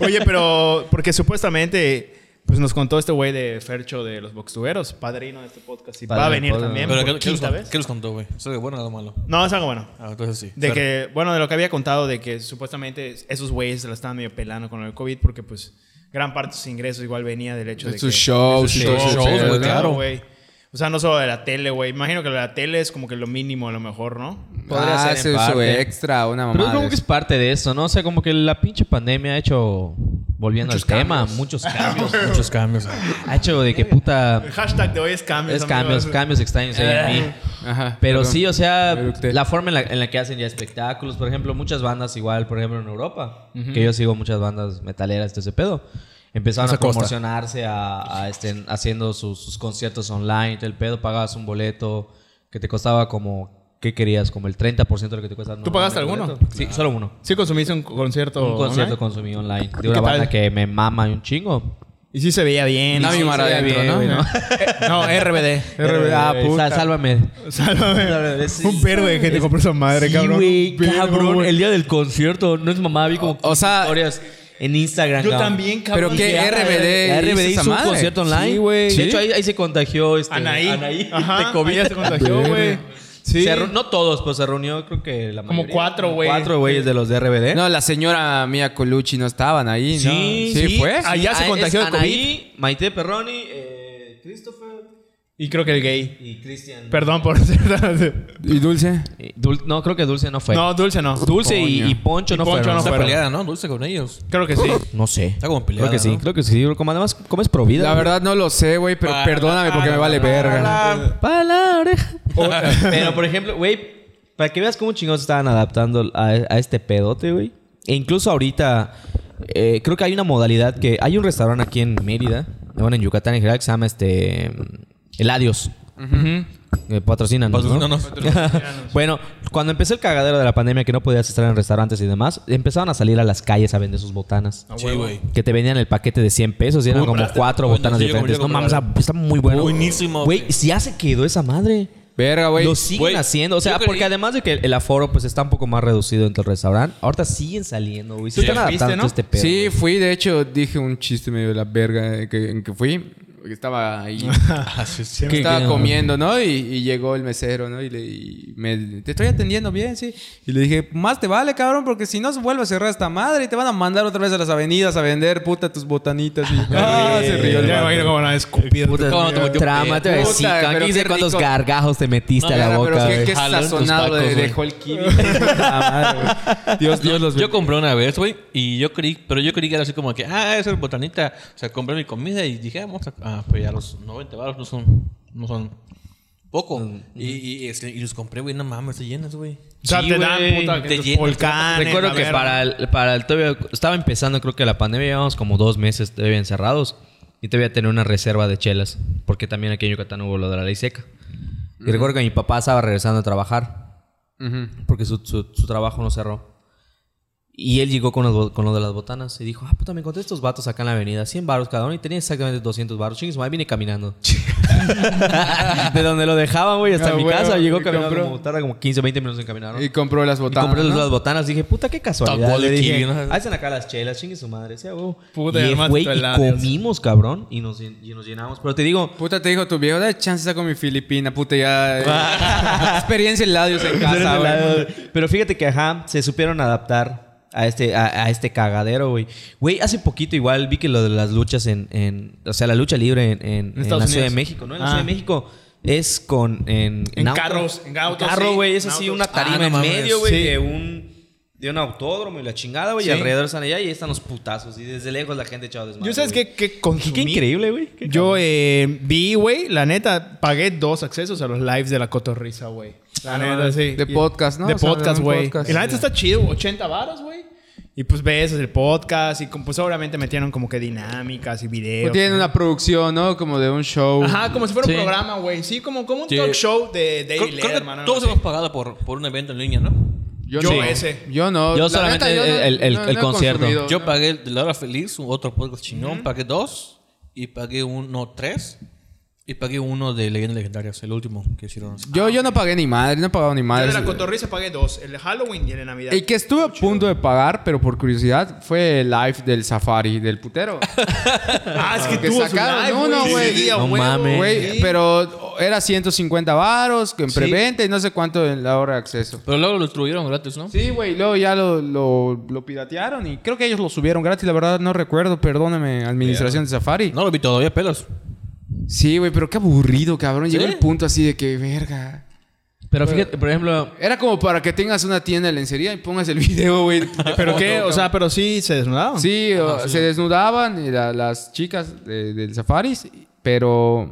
S4: Oye, pero porque supuestamente pues nos contó este güey de Fercho de los Boxtuberos, padrino de este podcast y va a
S2: Padre,
S4: venir
S2: padre.
S4: también. por
S3: Pero ¿qué, qué los,
S4: quinta
S3: con-
S4: vez.
S3: ¿qué los contó, güey? ¿Eso de bueno o de malo?
S4: No, es algo bueno.
S3: Ah, entonces sí.
S4: De
S3: Fer.
S4: que, bueno, de lo que había contado, de que supuestamente esos güeyes se la estaban medio pelando con el COVID porque pues gran parte de sus ingresos igual venía del hecho de,
S1: De sus
S4: que-
S1: shows,
S4: de
S1: todo
S4: sus
S1: ese
S4: shows,
S2: pues,
S1: pedo,
S4: güey,
S1: ¿no?
S4: claro, güey. O sea, no solo de la tele, güey. Imagino que lo de la tele es como que lo mínimo a lo mejor, ¿no?
S2: Podría
S1: ah,
S2: ser en
S1: hace su
S2: parte.
S1: extra, una
S2: Pero yo
S1: mamada.
S2: creo que es parte de eso, ¿no? O sea, como que la pinche pandemia ha hecho, volviendo
S1: Muchos
S2: al tema,
S1: cambios.
S2: muchos cambios.
S3: Muchos cambios.
S4: Ah,
S2: ha hecho de que puta...
S4: El hashtag de Eh. hoy es cambios.
S2: Es cambios,
S4: amigos.
S2: cambios extraños hay en mí.
S1: Ajá,
S2: Pero
S1: perdón.
S2: sí, o sea,
S1: Me eructé.
S2: la forma en la, en la que hacen ya espectáculos, por ejemplo, muchas bandas igual, por ejemplo, en Europa, que yo sigo muchas bandas metaleras, todo ese pedo. empezaron
S3: O sea,
S2: a
S3: Costa.
S2: promocionarse a, a, este, haciendo sus, sus conciertos online y todo el pedo. Pagabas un boleto que te costaba como, ¿qué querías? Como el 30% de lo que te cuesta. normalmente
S4: pagaste
S2: el
S4: alguno?
S2: boleto. Sí, solo uno.
S4: ¿Sí consumiste un concierto?
S2: Un concierto
S4: online?
S2: consumí online de
S4: ¿Qué
S2: una
S4: tal?
S2: banda que me mama un chingo.
S4: Y sí se veía bien.
S1: Navi
S4: sí,
S1: Mara
S4: se veía
S1: adentro, ¿no?
S4: güey, Eh,
S5: No, RBD.
S4: RBD,
S2: Ah,
S4: güey.
S2: puta. Sálvame.
S4: Sálvame.
S2: Sí.
S4: Un perro de gente compró esa madre,
S2: Sí,
S4: cabrón.
S2: güey,
S4: Verga,
S2: cabrón.
S4: güey.
S2: El día del concierto, no es mamá, vi como
S1: O- o sea,
S2: historias en Instagram.
S4: Yo
S2: cabrón.
S4: también, cabrón.
S1: Pero qué
S2: Ya,
S1: RBD.
S2: la RBD
S1: hizo
S2: hizo,
S1: esa
S2: un
S1: madre.
S2: concierto online.
S1: Sí, güey.
S2: De hecho, ahí, ahí se contagió este,
S4: Anaí. Ajá,
S2: de COVID.
S4: ella se contagió, güey. Sí.
S2: Se reu- no todos, pero se reunió creo que la
S4: Como
S2: mayoría.
S4: cuatro, güey.
S2: Cuatro güeyes de los de RBD.
S1: No, la señora Mia Colucci no estaban ahí, ¿no?
S2: ¿eh? Sí,
S1: sí,
S2: sí.
S1: fue.
S4: Allá se
S2: Ah,
S4: contagió
S2: es
S4: de COVID.
S2: Anaí, Maite Perroni, eh, Christopher
S4: Y creo que el gay.
S2: y Cristian.
S4: Perdón por ser tan-
S1: ¿Y Dulce?
S2: Eh, Dul- no, creo que Dulce no fue.
S4: No, Dulce no.
S2: Dulce y,
S1: Coño.
S2: y Poncho
S4: Y
S2: no
S4: Poncho
S2: fueron.
S4: no
S2: No,
S3: Está
S4: fueron.
S3: peleada, ¿no? Dulce con ellos.
S4: Creo que sí.
S2: sé.
S3: Está como peleada,
S2: Creo que sí,
S3: ¿no?
S2: creo que sí. Como además, ¿cómo es provida?
S1: La verdad no lo sé, güey, pero perdóname porque me vale
S3: Ah,
S4: Ah,
S1: verga.
S2: Para la oreja. Pero, por ejemplo, güey, para que veas cómo chingados estaban adaptando a, a este pedote, güey. E incluso ahorita, eh, creo que hay una modalidad que. Hay un restaurante aquí en Mérida, bueno, en Yucatán en general, que se llama este. mm, El Adios. Eh, patrocinan.
S3: Patrocínanos.
S2: bueno, cuando empezó el cagadero de la pandemia, que no podías estar en restaurantes y demás, empezaron a salir a las calles a vender sus botanas.
S3: Sí, güey.
S2: Que te vendían el paquete de 100 pesos y eran como cuatro
S3: Bueno,
S2: botanas
S3: sí, yo
S2: diferentes.
S3: compré,
S2: No
S3: yo
S2: mames,
S3: compré.
S2: ah, está muy bueno.
S3: Buenísimo,
S2: Güey,
S3: güey.
S2: si ya se quedó esa madre.
S1: Verga, güey.
S2: Lo siguen
S3: güey,
S2: haciendo. O
S3: yo
S2: sea,
S3: creí-
S2: porque además de que el aforo pues está un poco más reducido entre el restaurante, ahorita siguen saliendo, güey. Se
S4: Sí.
S2: están
S4: ¿Te fuiste,
S2: adaptando
S4: no?
S2: a este pedo.
S1: sí,
S2: güey.
S1: fui, de hecho, dije un chiste medio de la verga eh, que- en que fui. que Estaba ahí.
S3: Ah, sí, sí.
S1: que estaba
S2: qué-
S1: comiendo, ¿no? Y, y llegó el mesero, ¿no? Y, le, y me... Te estoy atendiendo bien, sí. Y le dije, más te vale, cabrón, porque si no se vuelve a cerrar esta madre y te van a mandar otra vez a las avenidas a vender, puta, tus botanitas. Y...
S4: Ah, se rió.
S2: el
S4: Ya me imagino cómo van a escupir.
S2: Puta,
S3: ¿Cómo te metió
S2: trama, te voy a decir,
S1: Puta,
S2: cabrón,
S1: pero
S2: aquí sé
S1: qué
S2: cuántos
S1: rico.
S2: gargajos te metiste a la
S1: Verga,
S2: boca,
S1: pero qué,
S2: güey.
S1: qué
S3: Jalan tus
S1: sazonado
S3: tacos,
S1: de,
S3: güey.
S1: dejó el kiwi. La madre, güey. Dios, Dios los
S3: Yo compré una vez, güey, y yo creí, pero yo creí que era así como que, ah, eso es botanita. O sea, compré mi comida y dije, ah, vamos a. Ah, pues ya los 90 baros no son. No son. Poco.
S4: Mm,
S3: Y, y, este, y los compré, güey, no mames, se llenas, güey.
S4: O sea,
S2: Sí,
S4: te dan
S2: güey.
S4: puta
S3: Te
S4: que tus
S3: llenas.
S4: volcanes.
S2: Recuerdo
S4: la
S2: que
S4: verga.
S2: para el, para el todavía estaba empezando, creo que la pandemia llevábamos como dos meses todavía encerrados y todavía tenía una reserva de chelas, porque también aquí en Yucatán hubo lo de la ley seca. Y recuerdo que mi papá estaba regresando a trabajar, porque su, su- su trabajo no cerró. Y él llegó con, las bo- con lo de las botanas y dijo, ah, puta, me encontré estos vatos acá en la avenida, 100 baros cada uno y tenía exactamente 200 baros. Chingues, madre, vine caminando. de donde lo dejaban, güey, hasta
S1: Ah,
S2: mi
S1: bueno,
S2: casa. Llegó
S1: y
S2: caminando,
S1: compró.
S2: como, tarda como 15, 20 minutos en caminar. ¿no?
S1: Y compró las
S2: Y
S1: botanas.
S2: compré
S1: ¿no?
S2: las botanas. Dije, puta, qué casualidad.
S3: Tacual de
S2: Le dije,
S3: kiwi, ¿no?
S2: hacen acá las chelas, chingue su madre. Sí, a huevo.
S4: Puta, y
S2: y,
S4: además
S2: güey,
S4: tú el
S2: y
S4: labios.
S2: comimos, cabrón. Y nos, llen- y nos llenamos. Pero te digo,
S1: Puta, te dijo tu viejo, da chance saco mi filipina, puta, ya. eh, experiencia en labios en casa, güey.
S2: pero fíjate que, ajá, se supieron adaptar a este, a, a este cagadero, güey. Güey, hace poquito igual vi que lo de las luchas en... en- o sea, la lucha libre en, en- en la
S4: Estados
S2: Ciudad de
S4: Unidos.
S2: México, ¿no? En
S4: Ah.
S2: la Ciudad de México es con... En,
S4: En carros, en autos,
S2: carro,
S4: sí,
S2: güey. Es
S4: en
S2: así
S4: autos.
S2: una tarima
S3: Ah, no
S2: en
S3: mames.
S2: medio, güey,
S4: Sí.
S2: de un... De un autódromo y la chingada, güey.
S4: Sí.
S2: Y alrededor están allá y ahí están los putazos. Y desde lejos la gente echado desmadre.
S4: ¿Yo sabes
S2: güey.
S4: qué, qué
S2: Qué,
S4: consumí?
S2: qué Ah, increíble, güey. Qué
S4: Yo eh, vi, güey, la neta, pagué dos accesos a los lives de la cotorrisa, güey.
S3: Ah,
S4: La neta, sí.
S1: De
S4: Y-
S1: podcast, ¿no?
S4: De
S1: O sea,
S4: podcast,
S1: un
S4: güey.
S1: podcast.
S4: Y la neta está chido, 80 varos, güey. Y pues ves el podcast y como, pues obviamente metieron como que dinámicas y videos.
S1: Pues, Tienen
S4: ¿no?
S1: una producción, ¿no? Como de un show.
S4: Ajá, como si fuera
S3: Sí.
S4: un programa, güey. Sí, como, como un
S3: Sí.
S4: talk show de
S3: Creo,
S4: Daily
S3: creo que
S4: Letterman.
S3: todos
S4: algo
S3: hemos pagado por, por un evento en línea, ¿no?
S1: Yo,
S4: Yo
S1: no.
S4: ese.
S1: Yo no.
S2: Yo
S1: La
S2: solamente
S1: neta, no-
S2: el- el- el
S1: he
S2: concierto.
S1: consumido,
S3: Yo
S1: ¿no?
S3: pagué el de La Hora Feliz, un otro podcast chingón, pagué dos, y pagué uno, tres, y pagué uno de Leyendas Legendarias, el último que hicieron.
S1: Yo, yo no pagué ni madre, no he pagado ni
S4: así. Yo
S1: madre.
S4: de la cotorrisa pagué dos, el de Halloween y el de Navidad.
S1: El que estuve a punto de pagar, pero por curiosidad, fue el live del safari del putero.
S4: Ah, es que
S1: que
S4: tuvo su
S1: sacaron
S4: live,
S1: uno,
S4: güey.
S1: güey.
S4: Sí, a
S2: No
S4: huevo,
S2: mames.
S1: Güey, pero era 150 varos en preventa y no sé cuánto en la hora de acceso.
S3: Pero luego lo distribuyeron gratis, ¿no?
S1: Sí, güey, luego ya lo, lo, lo piratearon y creo que ellos lo subieron gratis, la verdad no recuerdo, perdóname, administración de Safari.
S3: No lo vi todavía, pelos.
S1: Sí, güey, pero qué aburrido, cabrón. Llegó
S3: ¿Sí?
S1: el punto así de que, verga.
S2: Pero fíjate, por ejemplo,
S1: Era como para que tengas una tienda de lencería y pongas el video, güey. de
S4: ¿Pero
S1: fondo,
S4: qué? O
S1: cabrón.
S4: sea, pero sí se desnudaron.
S1: Sí, o- se desnudaban y la- las chicas de- del Safari, pero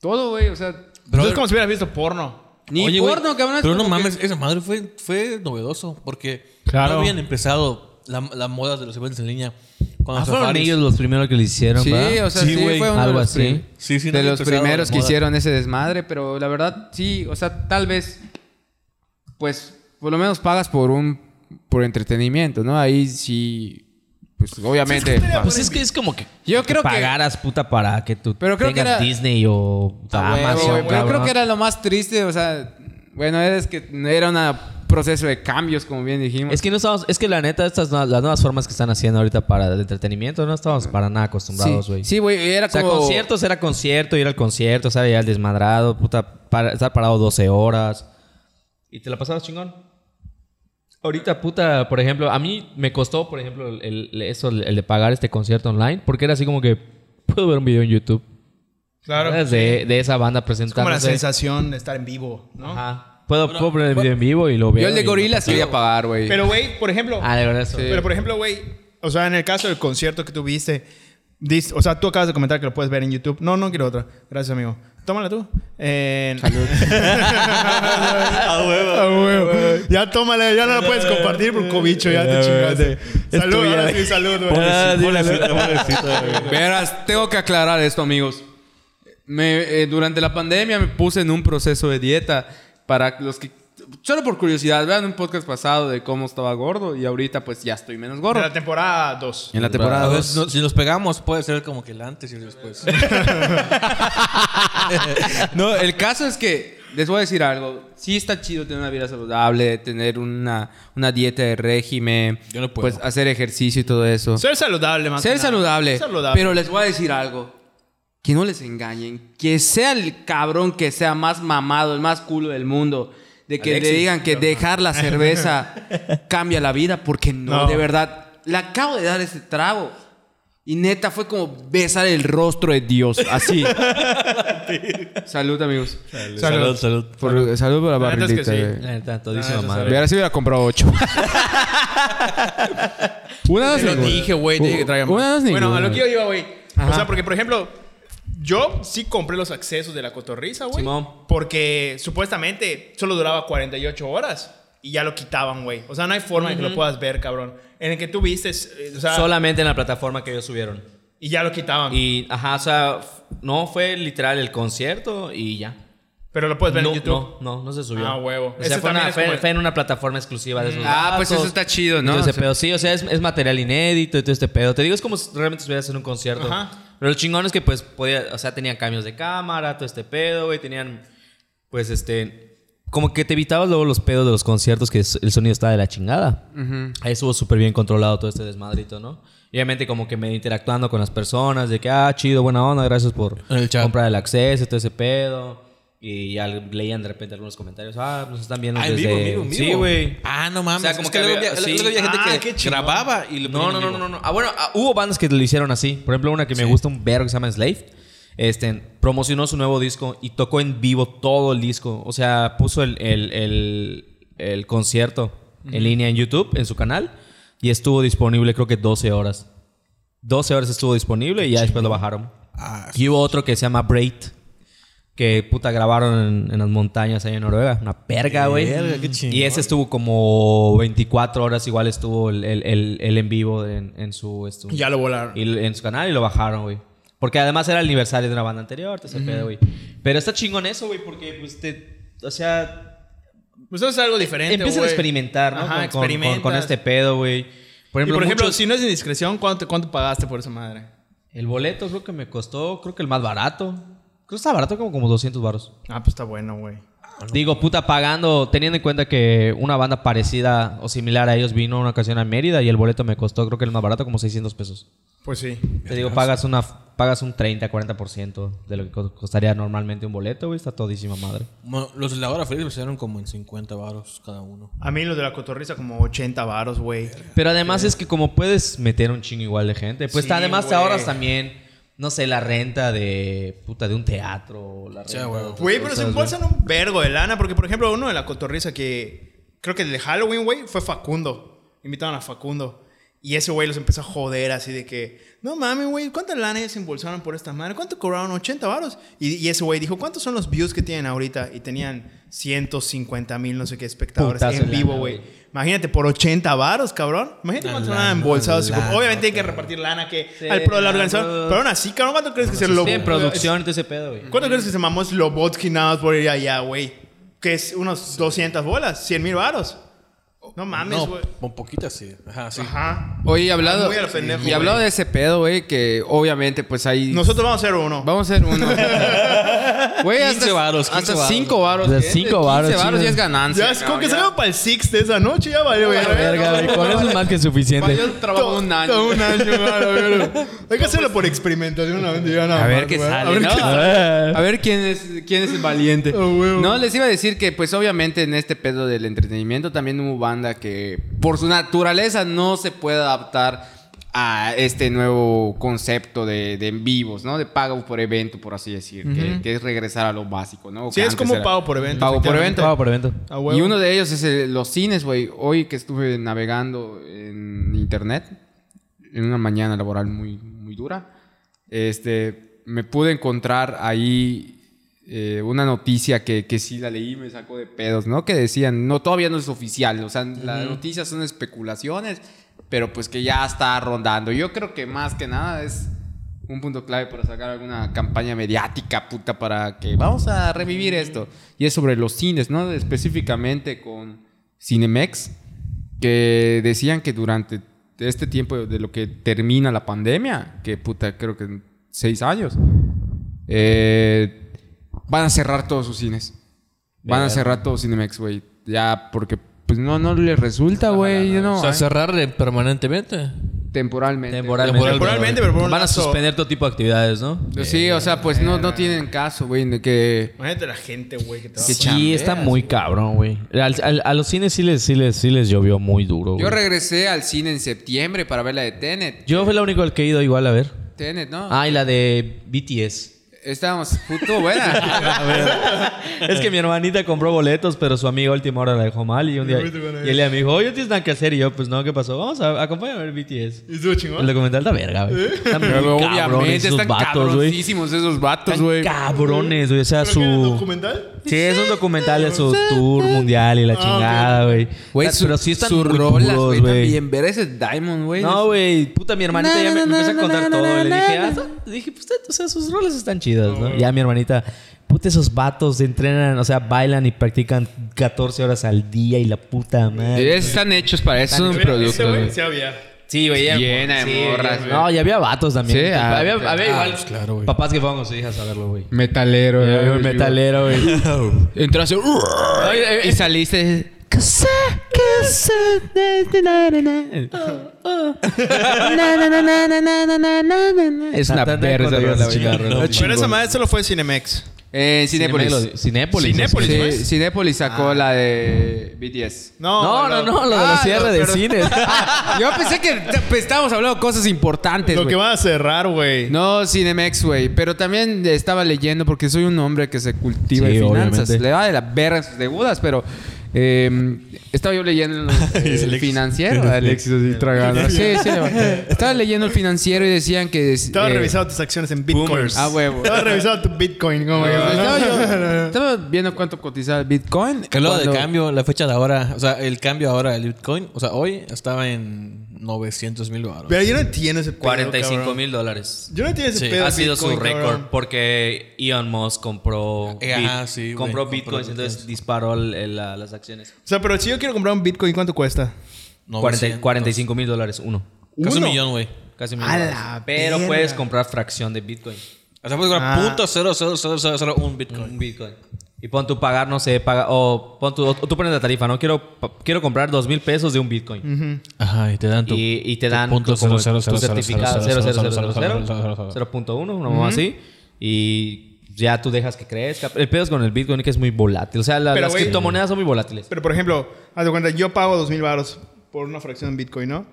S1: todo, güey, o sea,
S4: Entonces es como si hubieras visto porno.
S1: ni
S3: Oye, güey,
S1: porno, cabrón. es
S3: Pero no
S1: como que-
S3: mames, esa madre fue, fue novedoso porque
S4: Claro.
S3: no habían empezado la, la moda de los eventos en línea. Cuando
S2: Ah,
S3: se
S2: fueron
S3: Faris-
S2: ellos los primeros que lo hicieron,
S1: Sí,
S2: ¿verdad?
S1: o sea,
S3: Sí,
S1: sí,
S3: güey.
S1: fue uno
S2: Algo
S1: de los,
S2: así.
S1: prim-
S3: Sí, sí, no
S1: de
S3: había
S1: los
S3: empezado la
S1: primeros que
S3: moda.
S1: hicieron ese desmadre, pero la verdad, sí, o sea, tal vez, pues, por lo menos pagas por un, por entretenimiento, ¿no? Ahí sí, pues, obviamente.
S2: Pues es que es como que
S1: Yo creo que-
S2: pagaras puta para que tú
S1: Pero creo que
S2: tengas
S1: era-
S2: Disney o
S1: Ah, huevo,
S2: Amazon,
S1: güey, pero creo
S2: cabrón.
S1: que era lo más triste, o sea, bueno, es que era un proceso de cambios, como bien dijimos.
S2: Es que no estamos, es que la neta estas no- las nuevas formas que están haciendo ahorita para el entretenimiento no estamos para nada acostumbrados,
S1: sí,
S2: güey.
S1: sí, güey, era
S2: O sea,
S1: como
S2: conciertos era concierto, ir al concierto, o sea, ya el desmadrado, puta, para- estar parado 12 horas. Y te la pasabas chingón. Ahorita, puta, por ejemplo, a mí me costó, por ejemplo, el, el- eso, el, el de pagar este concierto online, porque era así como que puedo ver un video en YouTube.
S4: Claro.
S2: ¿Sabes? De, de esa banda presentando.
S4: Como la sensación de estar en vivo, ¿no?
S2: Ajá. Puedo, puedo ver el video en vivo y lo veo.
S1: Yo el de
S2: y lo-
S1: gorilas quería pagar, güey.
S4: Pero, güey, por ejemplo.
S2: Ah, de verdad, eso.
S1: Sí.
S4: Pero por ejemplo, güey, o sea, en el caso del concierto que tuviste, dis- o sea, tú acabas de comentar que lo puedes ver en YouTube. No, no quiero otra. Gracias, amigo. Tómala tú. Eh,
S6: A huevo. Ya tómala, ya no la puedes compartir por cobicho, ya te chingaste. Salud, ahora sí, salud, güey.
S3: Ponle cita, ponle cita, güey.
S1: Verás, tengo que aclarar esto, amigos. Me, eh, durante la pandemia me puse en un proceso de dieta para los que... Solo por curiosidad, vean un podcast pasado de cómo estaba gordo y ahorita pues ya estoy menos
S4: De
S1: gordo.
S4: la temporada 2.
S1: En la
S3: A
S1: temporada
S3: ver,
S1: 2.
S3: si no- si nos pegamos, puede ser como que el antes y el después.
S1: No, el caso es que, les voy a decir algo, sí está chido tener una vida saludable, tener una, una dieta de régimen,
S3: Yo no puedo.
S1: pues hacer ejercicio y todo eso.
S4: Ser saludable, más
S1: Ser
S4: que nada.
S1: saludable.
S4: saludable.
S1: Pero les voy a decir algo. Que no les engañen. Que sea el cabrón que sea más mamado, el más culo del mundo. De que
S3: Alexis,
S1: le digan que dejar la cerveza cambia la vida. Porque no,
S4: No.
S1: de verdad. Le acabo de dar este trago. Y neta, fue como besar el rostro de Dios. Así. salud, amigos.
S4: Salud.
S3: Salud, salud.
S1: Por- salud. por la
S4: La neta es que
S1: barrilita.
S4: sí.
S1: güey.
S2: La neta, todo dice
S4: Ah, eso
S2: mamá.
S4: sabe.
S1: Hubiera si hubiera comprado ocho. Una
S4: Te lo
S1: ninguna.
S4: dije, güey, te dije que traigan
S1: Una no es
S4: Bueno, a
S1: ninguna.
S4: lo que yo iba, güey. O
S1: Ajá.
S4: sea, porque por ejemplo, yo sí compré los accesos de la cotorriza, güey.
S2: Simón.
S4: Porque supuestamente solo duraba 48 horas y ya lo quitaban, güey. O sea, no hay forma de que lo puedas ver, cabrón. En el que tú viste, eh, o sea,
S2: Solamente en la plataforma que ellos subieron.
S4: y ya lo quitaban.
S2: Y, ajá, o sea, f- no fue literal el concierto y ya.
S4: pero lo puedes ver
S2: no,
S4: en YouTube.
S2: no, no, no se subió.
S4: Ah, huevo.
S2: O sea,
S4: Ese
S2: fue,
S4: también
S2: una-
S4: es
S2: fue-
S4: como el-
S2: fue en una plataforma exclusiva de esos
S1: Ah, pues
S2: datos.
S1: eso está chido, ¿no?
S2: Y todo ese
S1: O sea-
S2: pedo. Sí, o sea, es, es material inédito y todo este pedo. Te digo, es como si realmente estuvieras en un concierto.
S4: Ajá.
S2: Pero lo chingón es que, pues, podía, o sea, tenían cambios de cámara, todo este pedo, güey. Tenían, pues, este. Como que te evitabas luego los pedos de los conciertos que s- el sonido estaba de la chingada. Ahí estuvo súper bien controlado todo este desmadrito, ¿no? Y obviamente como que me interactuando con las personas, de que, ah, chido, buena onda, gracias por
S3: En el chat.
S2: comprar el acceso, todo ese pedo. Y ya leían de repente algunos comentarios, ah, nos están viendo
S3: Ah, en
S2: desde...
S3: vivo, en vivo, en vivo.
S2: Sí, güey.
S3: Ah, no mames.
S2: O sea, como
S3: es que,
S2: que
S3: luego
S2: había-
S3: había,
S2: sí.
S3: luego había gente
S4: Ah,
S3: que
S4: qué chingón.
S3: grababa y lo
S2: No,
S3: ponían
S2: no,
S3: en
S2: no,
S3: vivo.
S2: no, no. Ah, bueno, ah, hubo bandas que lo hicieron así. Por ejemplo, una que me gusta un verbo que se llama Slave. Este, promocionó su nuevo disco y tocó en vivo todo el disco. O sea, puso el, el- el- el concierto en línea en YouTube, en su canal. Y estuvo disponible creo que 12 horas. 12 horas estuvo disponible y ya después lo bajaron.
S3: Ah,
S2: Y hubo otro que se llama Braid. Que puta grabaron en, en las montañas ahí en Noruega. Una perga, güey.
S3: Verga, qué chingón.
S2: Y ese estuvo como 24 horas. Igual estuvo el, el- el- el en vivo en, en su... esto-
S4: Y ya lo volaron.
S2: y l- en su canal y lo bajaron, güey. Porque además era el aniversario de una banda anterior, te pedo, güey. Pero está chingón eso, güey, porque, pues, te... O sea,
S4: Pues eso es algo diferente,
S2: empiezan a
S4: güey.
S2: experimentar, ¿no?
S4: Ajá,
S2: Con- con, con-
S4: experimentas.
S2: con este pedo, güey. Por
S4: Y por ejemplo,
S2: muchos-
S4: si no es indiscreción, ¿cuánto, ¿cuánto pagaste por esa madre?
S2: el boleto creo que me costó, creo que el más barato. Creo que está barato como, como 200 baros.
S4: Ah, pues está bueno, güey.
S2: Digo, puta, pagando, teniendo en cuenta que una banda parecida o similar a ellos vino una ocasión a Mérida y el boleto me costó, creo que el más barato, como 600 pesos.
S4: Pues sí.
S2: Te digo, pagas, una, pagas un 30, 40% de lo que co- costaría normalmente un boleto, güey. Está todísima madre.
S3: Bueno, los de la hora feliz me salieron como en 50 baros cada uno.
S4: A mí los de la cotorriza como 80 varos, güey.
S2: Pero además es que como puedes meter un chingo igual de gente, pues
S4: Sí,
S2: además te
S4: güey.
S2: ahorras también, no sé, la renta de, puta, de un teatro. La
S3: Sí,
S2: renta
S3: güey.
S2: de otras
S4: Güey, pero se
S2: cosas,
S4: embolsan un vergo de lana. Porque, por ejemplo, uno de la cotorriza que creo que el de Halloween, güey, fue Facundo. Invitaron a Facundo. Y ese güey los empezó a joder así de que, no mames, güey, ¿cuánta lana ellos embolsaron por esta madre? ¿Cuánto cobraron? 80 varos. Y, y ese güey dijo, ¿cuántos son los views que tienen ahorita? Y tenían 150 mil, no sé qué, espectadores
S2: Putazo
S4: en
S2: de
S4: vivo,
S2: lana,
S4: güey.
S2: güey.
S4: Imagínate, por 80 varos, cabrón. Imagínate
S3: La
S4: cuánto
S3: lana,
S4: han embolsado. así como-
S3: lana,
S4: Obviamente hay que repartir lana que
S2: Sí,
S4: al pro de la
S2: lana,
S4: organización.
S2: bro.
S4: Pero aún así, cabrón, ¿cuánto crees que se lo...
S2: Sí, en producción y todo ese pedo, güey.
S4: ¿Cuánto crees que se mamó Slobodsky nada más por ir allá, güey? Que es unos 200 bolas, 100 mil varos. No mames,
S3: No,
S4: güey.
S3: con poquitas sí. Ajá, sí.
S4: Ajá.
S1: Oye, y hablado,
S4: Muy al pendejo,
S1: y hablado
S4: güey.
S1: de ese pedo, güey, que obviamente pues ahí...
S4: Nosotros vamos a hacer uno.
S1: Vamos a hacer uno. Güey,
S3: 15
S1: hasta,
S3: varos, 15
S1: hasta
S3: varos.
S1: 5 varos.
S2: De
S1: gente,
S2: cinco
S1: 15
S2: varos,
S1: varos ya
S2: sí,
S1: es ganancia.
S4: ya, es como
S1: cabrón,
S4: que
S1: ya.
S4: salgo para el Six de esa noche, ya valió, güey.
S2: Verga, güey, Con eso es más que
S1: Pa-
S2: suficiente.
S1: Yo trabajo un año.
S4: Todo un año, vale, vale. Hay que hacerlo por experimentación una vez. ya nada
S1: A ver
S4: más,
S1: qué
S4: güey.
S1: sale,
S4: A ver
S1: ¿no?
S4: qué sale.
S1: A ver quién es, quién es el valiente.
S4: Oh, huevo.
S1: No, les iba a decir que, pues, obviamente, en este pedo del entretenimiento también hubo banda que, por su naturaleza, no se puede adaptar a este nuevo concepto de, de en vivos, ¿no? De pago por evento, por así decir, que- que, es regresar a lo básico, ¿no?
S4: Sí,
S1: Que
S4: es
S1: antes
S4: como pago por evento,
S1: Pago por
S4: efectivamente.
S1: evento.
S2: Pago por evento.
S4: A huevo.
S1: Y uno de ellos es el- los cines, güey. Hoy que estuve navegando en internet, en una mañana laboral muy, muy dura, este, me pude encontrar ahí eh, una noticia que, que sí la leí, me sacó de pedos, ¿no? Que decían, no, todavía no es oficial, o sea, las noticias son especulaciones, pero pues que ya está rondando. Yo creo que más que nada es un punto clave para sacar alguna campaña mediática, puta, para que vamos a revivir esto. Y es sobre los cines, ¿no? Específicamente con Cinemex, que decían que durante este tiempo de lo que termina la pandemia, que puta, creo que en seis años, eh, van a cerrar todos sus cines. Van a
S2: Verga.
S1: cerrar todos Cinemex, güey. Ya, porque pues no, no les resulta, güey. yo No,
S3: O sea,
S1: ay,
S3: cerrar eh, permanentemente.
S1: temporalmente.
S2: Temporalmente.
S4: Temporalmente, pero por un
S2: Van a
S4: lapso.
S2: suspender todo tipo de actividades, ¿no?
S1: Sí, o sea, pues no, no tienen caso, güey, de que...
S4: Imagínate la gente, güey, que te va
S1: Que
S4: a
S2: Sí, está muy cabrón, güey. Al- al- a los cines sí les, sí les, sí les llovió muy duro,
S1: Yo
S2: güey.
S1: regresé al cine en septiembre para ver la de Tenet.
S2: Yo fui la único al que he ido igual a ver.
S1: Tenet, ¿no?
S2: Ah, y la de BTS.
S1: Estábamos puto buena.
S2: Es que mi hermanita compró boletos, pero su amigo a última hora la dejó mal. Y un día. Y él me dijo, oye, tienes nada que hacer. Y yo, pues no, ¿qué pasó? Vamos a acompáñame a ver BTS.
S4: ¿Y estuvo
S2: El
S4: chingón?
S2: documental está verga, güey. Están muy
S1: Pero
S2: cabrones
S1: obviamente
S2: esos
S1: están
S2: vatos, güey.
S1: cabroncísimos esos vatos, güey.
S2: Cabrones, güey. O sea,
S4: ¿Pero qué,
S2: su.
S4: documental?
S2: Sí, es un documental de su tour mundial y la chingada, güey.
S1: Güey,
S2: Está-
S1: su,
S2: pero sí están
S1: sus
S2: muy
S1: rolas,
S2: puros,
S1: güey.
S2: güey.
S1: También ver ese Diamond, güey.
S2: No, güey, puta, mi hermanita ya me, me empieza a contar todo. y le dije, ah, dije, pues, o sea, sus roles están chidas, ¿no? Ya mi hermanita, puta, esos vatos entrenan, o sea, bailan y practican 14 horas al día y la puta madre.
S1: Ellos Están hechos para eso, son
S4: Mira,
S1: productos,
S4: ese güey
S1: güey.
S4: sí había.
S2: Sí, güey, ya-
S1: Llena de morras, güey.
S2: No, y había vatos también.
S1: Sí, ah,
S2: había,
S1: claro.
S2: había igual
S3: claro, güey.
S2: papás que fueron con sus hijas a verlo, güey.
S1: Metalero,
S2: Y había un metalero, güey.
S1: Entraste
S2: eh,
S1: y saliste. Es una
S2: Tan- tan- cuando iba a
S1: perra.
S2: la guitarra, ¿no?
S4: Pero esa madre solo fue Cinemex.
S1: Eh, Cinépolis.
S2: Cinépolis. Cinépolis.
S4: Cinépolis.
S1: Sí,
S4: ¿no es?
S1: Cinépolis sacó la de BTS.
S2: No, no, no, lo de
S1: Ah,
S2: los cierres
S1: no,
S2: de
S1: pero-
S2: cines.
S1: Yo pensé que t- pues, estábamos hablando de cosas importantes.
S4: Lo
S1: güey.
S4: que van a cerrar, güey.
S1: No, Cinemex, güey. Pero también estaba leyendo porque soy un hombre que se cultiva
S2: Sí,
S1: en finanzas.
S2: obviamente.
S1: Le va de las vergas de Budas, pero eh, estaba yo leyendo el,
S3: Es
S1: el
S3: Alexis.
S1: financiero. Alexis así tragando. Sí, sí. le va. Estaba leyendo el financiero y decían que... es-
S4: Estaba
S1: eh,
S4: revisando tus acciones en Bitcoin.
S3: Boomers.
S1: Ah, huevo. Ah.
S4: Estaba revisando tu Bitcoin, como que- pues,
S1: Estaba, yo- estaba viendo cuánto cotizaba el Bitcoin.
S3: Que lo de
S1: Cuando-
S3: cambio, la fecha de ahora, o sea, el cambio ahora del Bitcoin, o sea, hoy estaba en 900 mil baros.
S4: Pero yo no entiendo ese pedo,
S2: 45
S4: cabrón.
S2: mil dólares.
S4: Yo no entiendo ese
S3: Sí,
S4: pedo.
S2: ha
S4: del
S2: sido su
S4: Bitcoin, cabrón.
S2: récord porque Elon Musk compró
S3: Eh,
S2: bit-
S3: ajá, sí, güey,
S2: compró
S3: compró
S2: bitcoins
S3: bitcoins.
S2: entonces disparó el- el- la- las acciones
S4: O sea, pero si yo quiero comprar un Bitcoin, ¿cuánto cuesta?
S2: 40
S3: 900.
S2: 45 mil dólares uno
S3: Casi un
S4: Uno.
S3: millón, güey.
S2: casi mil
S4: A
S2: dólares.
S4: la
S2: pero
S4: verga.
S2: puedes comprar fracción de bitcoin
S3: O sea, puedes comprar
S4: Ah.
S3: punto cero, cero, cero, cero, cero, un Bitcoin.
S2: un bitcoin y pon tu pagar no sé paga o pon tu o tú pones la tarifa no quiero pa- quiero comprar dos mil pesos de un bitcoin
S3: Ajá, y te dan
S2: y, y te dan como tu certificado 0.1, una mamá así. Y ya tú dejas que crezca. El pedo es con el Bitcoin que es muy volátil. O sea, la-
S4: Pero,
S2: las
S4: güey,
S2: criptomonedas son muy volátiles.
S4: Pero, por ejemplo, haz de cuenta, yo pago 2.000 baros por una fracción en Bitcoin, ¿no?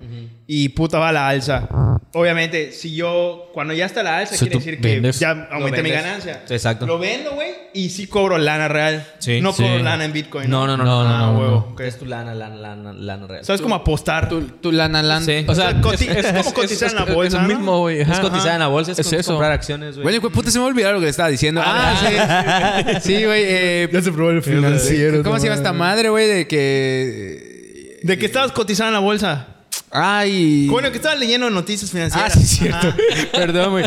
S4: Y puta va a la alza. Obviamente, si yo, cuando ya está la alza,
S3: Si
S4: quiere
S3: tú
S4: decir
S3: vendes.
S4: que ya aumenté mi
S2: vendes.
S4: ganancia.
S2: Exacto.
S4: Lo vendo, güey, y sí cobro lana real.
S2: Sí,
S4: no
S2: sí.
S4: cobro lana en Bitcoin.
S2: No, no, no, no,
S4: Ah,
S2: no, no,
S4: huevo.
S2: no.
S4: ok.
S2: Es tu lana, lana, lana, lana real.
S4: ¿Sabes cómo apostar?
S1: Tu, tu lana lana.
S2: Sí.
S3: O sea,
S4: coti- es como cotizar en la bolsa,
S3: Es
S4: ¿no?
S3: lo mismo, güey.
S2: es
S3: ajá.
S2: cotizar en la bolsa, es,
S3: Es
S2: co-
S3: eso.
S2: comprar acciones, güey.
S1: Bueno, hijo de puta, se me olvidó lo que le estaba diciendo. Ah, sí. Sí, güey. eh,
S7: Ya se probó el financiero.
S1: ¿Cómo se
S7: madre.
S1: llama esta madre, güey? De que. eh,
S5: De que estabas cotizando en la bolsa.
S1: Ay.
S5: Bueno, que estabas leyendo noticias
S1: Ah,
S5: financieras.
S1: sí, cierto.
S5: Ajá.
S1: Perdón, güey.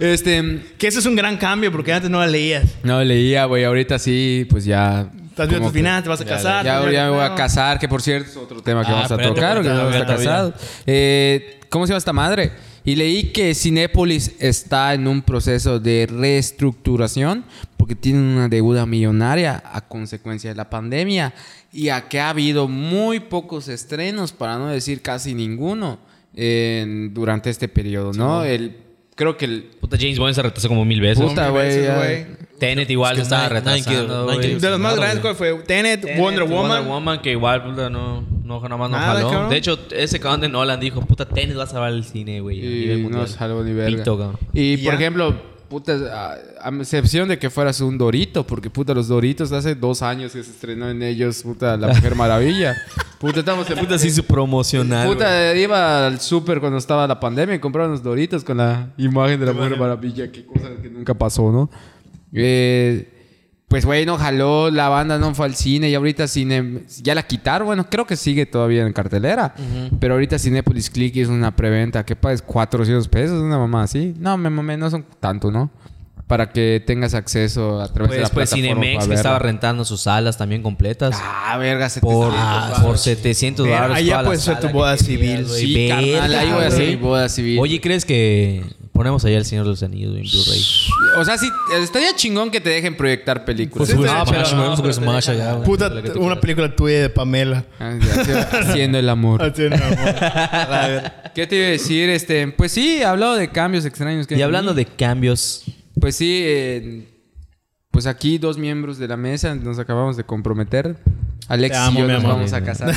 S1: Este.
S5: Que eso es un gran cambio porque antes no la leías.
S1: No leía, güey. Ahorita sí, pues ya.
S5: Estás viendo
S1: como
S5: tus
S1: que-
S5: finanzas, te vas a casar.
S1: Ya,
S5: te vas
S1: ya me voy a
S5: no.
S1: casar, que por cierto es otro tema que
S3: Ah,
S1: vamos a
S3: espérate,
S1: tocar, que
S3: espérate,
S1: no está
S3: espérate,
S1: casado. Eh, ¿Cómo se llama esta madre? Y leí que Cinépolis está en un proceso de reestructuración porque tiene una deuda millonaria a consecuencia de la pandemia y a que ha habido muy pocos estrenos, para no decir casi ninguno, en- durante este periodo, ¿no? El, creo que el...
S2: Puta, James Bond se retrasó como mil veces.
S1: Puta, güey.
S5: veces,
S1: ya-
S5: güey.
S2: Tenet igual
S3: Es que
S2: se estaba
S3: nadie- nadie
S2: retrasando,
S3: quiere- nadie
S2: güey.
S3: quiere-
S5: De los más
S3: Claro,
S5: grandes, ¿cuál
S3: güey.
S5: fue? Tenet,
S2: Tenet,
S5: Wonder Woman.
S2: que igual, puta, no, no, jamás no
S5: Nada,
S2: jaló.
S5: cabrón.
S2: De hecho, ese cabrón de Nolan dijo, puta, Tenet va a salvar el cine, güey. a nivel
S1: Y no
S2: mundial.
S1: salvo ni verga.
S2: Pito, cabrón.
S1: Y por
S5: Ya.
S1: ejemplo, puta, a, a excepción de que fueras un Dorito, porque puta, los Doritos hace dos años que se estrenó en ellos, puta, La Mujer Maravilla. Puta, estamos en.
S2: Puta, sí, su promocional, güey.
S1: Puta, iba al súper cuando estaba la pandemia y compraba unos Doritos con la imagen de la Mujer Maravilla, que cosa que nunca pasó, ¿no? Eh, Pues, güey, no jaló, la banda no fue al cine y ahorita cine... Ya la quitaron, bueno, creo que sigue todavía en cartelera. Pero ahorita Cinepolis Click es una preventa que pagas 400 pesos, una mamá así. No, me mamé, no son tanto, ¿no? Para que tengas acceso a través de la
S2: Después
S1: plataforma.
S2: pues, Cinemex,
S1: para
S2: que estaba
S1: verla.
S2: rentando sus salas también completas.
S1: Ah, verga, se te-
S2: por,
S1: Ah,
S2: por 700
S5: Ver,
S2: dólares.
S5: ahí ya
S2: toda la
S5: puedes hacer
S2: sala
S5: tu
S2: que
S5: boda
S2: tenías,
S5: civil.
S2: güey.
S1: Sí,
S2: Verga,
S1: carnal, ahí voy a hacer
S2: güey.
S1: mi boda civil.
S2: Oye, ¿crees que ponemos allá El Señor de los Anillos güey, en Blu-ray?
S1: O sea, sí, estaría chingón que te dejen proyectar películas.
S3: Pues
S5: Sí,
S3: un
S5: pero-
S3: Smash,
S2: no,
S3: güey,
S2: pero
S3: un
S2: te
S3: Smash
S2: dejan-
S3: allá, güey.
S5: Puta, una película tuya de Pamela.
S1: Ah, ya, Haciendo el amor.
S5: Haciendo amor.
S1: ¿Qué te iba a decir? Este, pues sí, he hablado de cambios extraños. Que
S2: Y hablando de cambios,
S1: Pues sí, eh, pues aquí dos miembros de la mesa nos acabamos de comprometer. Alex
S5: Te amo,
S1: y yo
S5: mi
S1: nos
S5: amor.
S1: vamos a casar.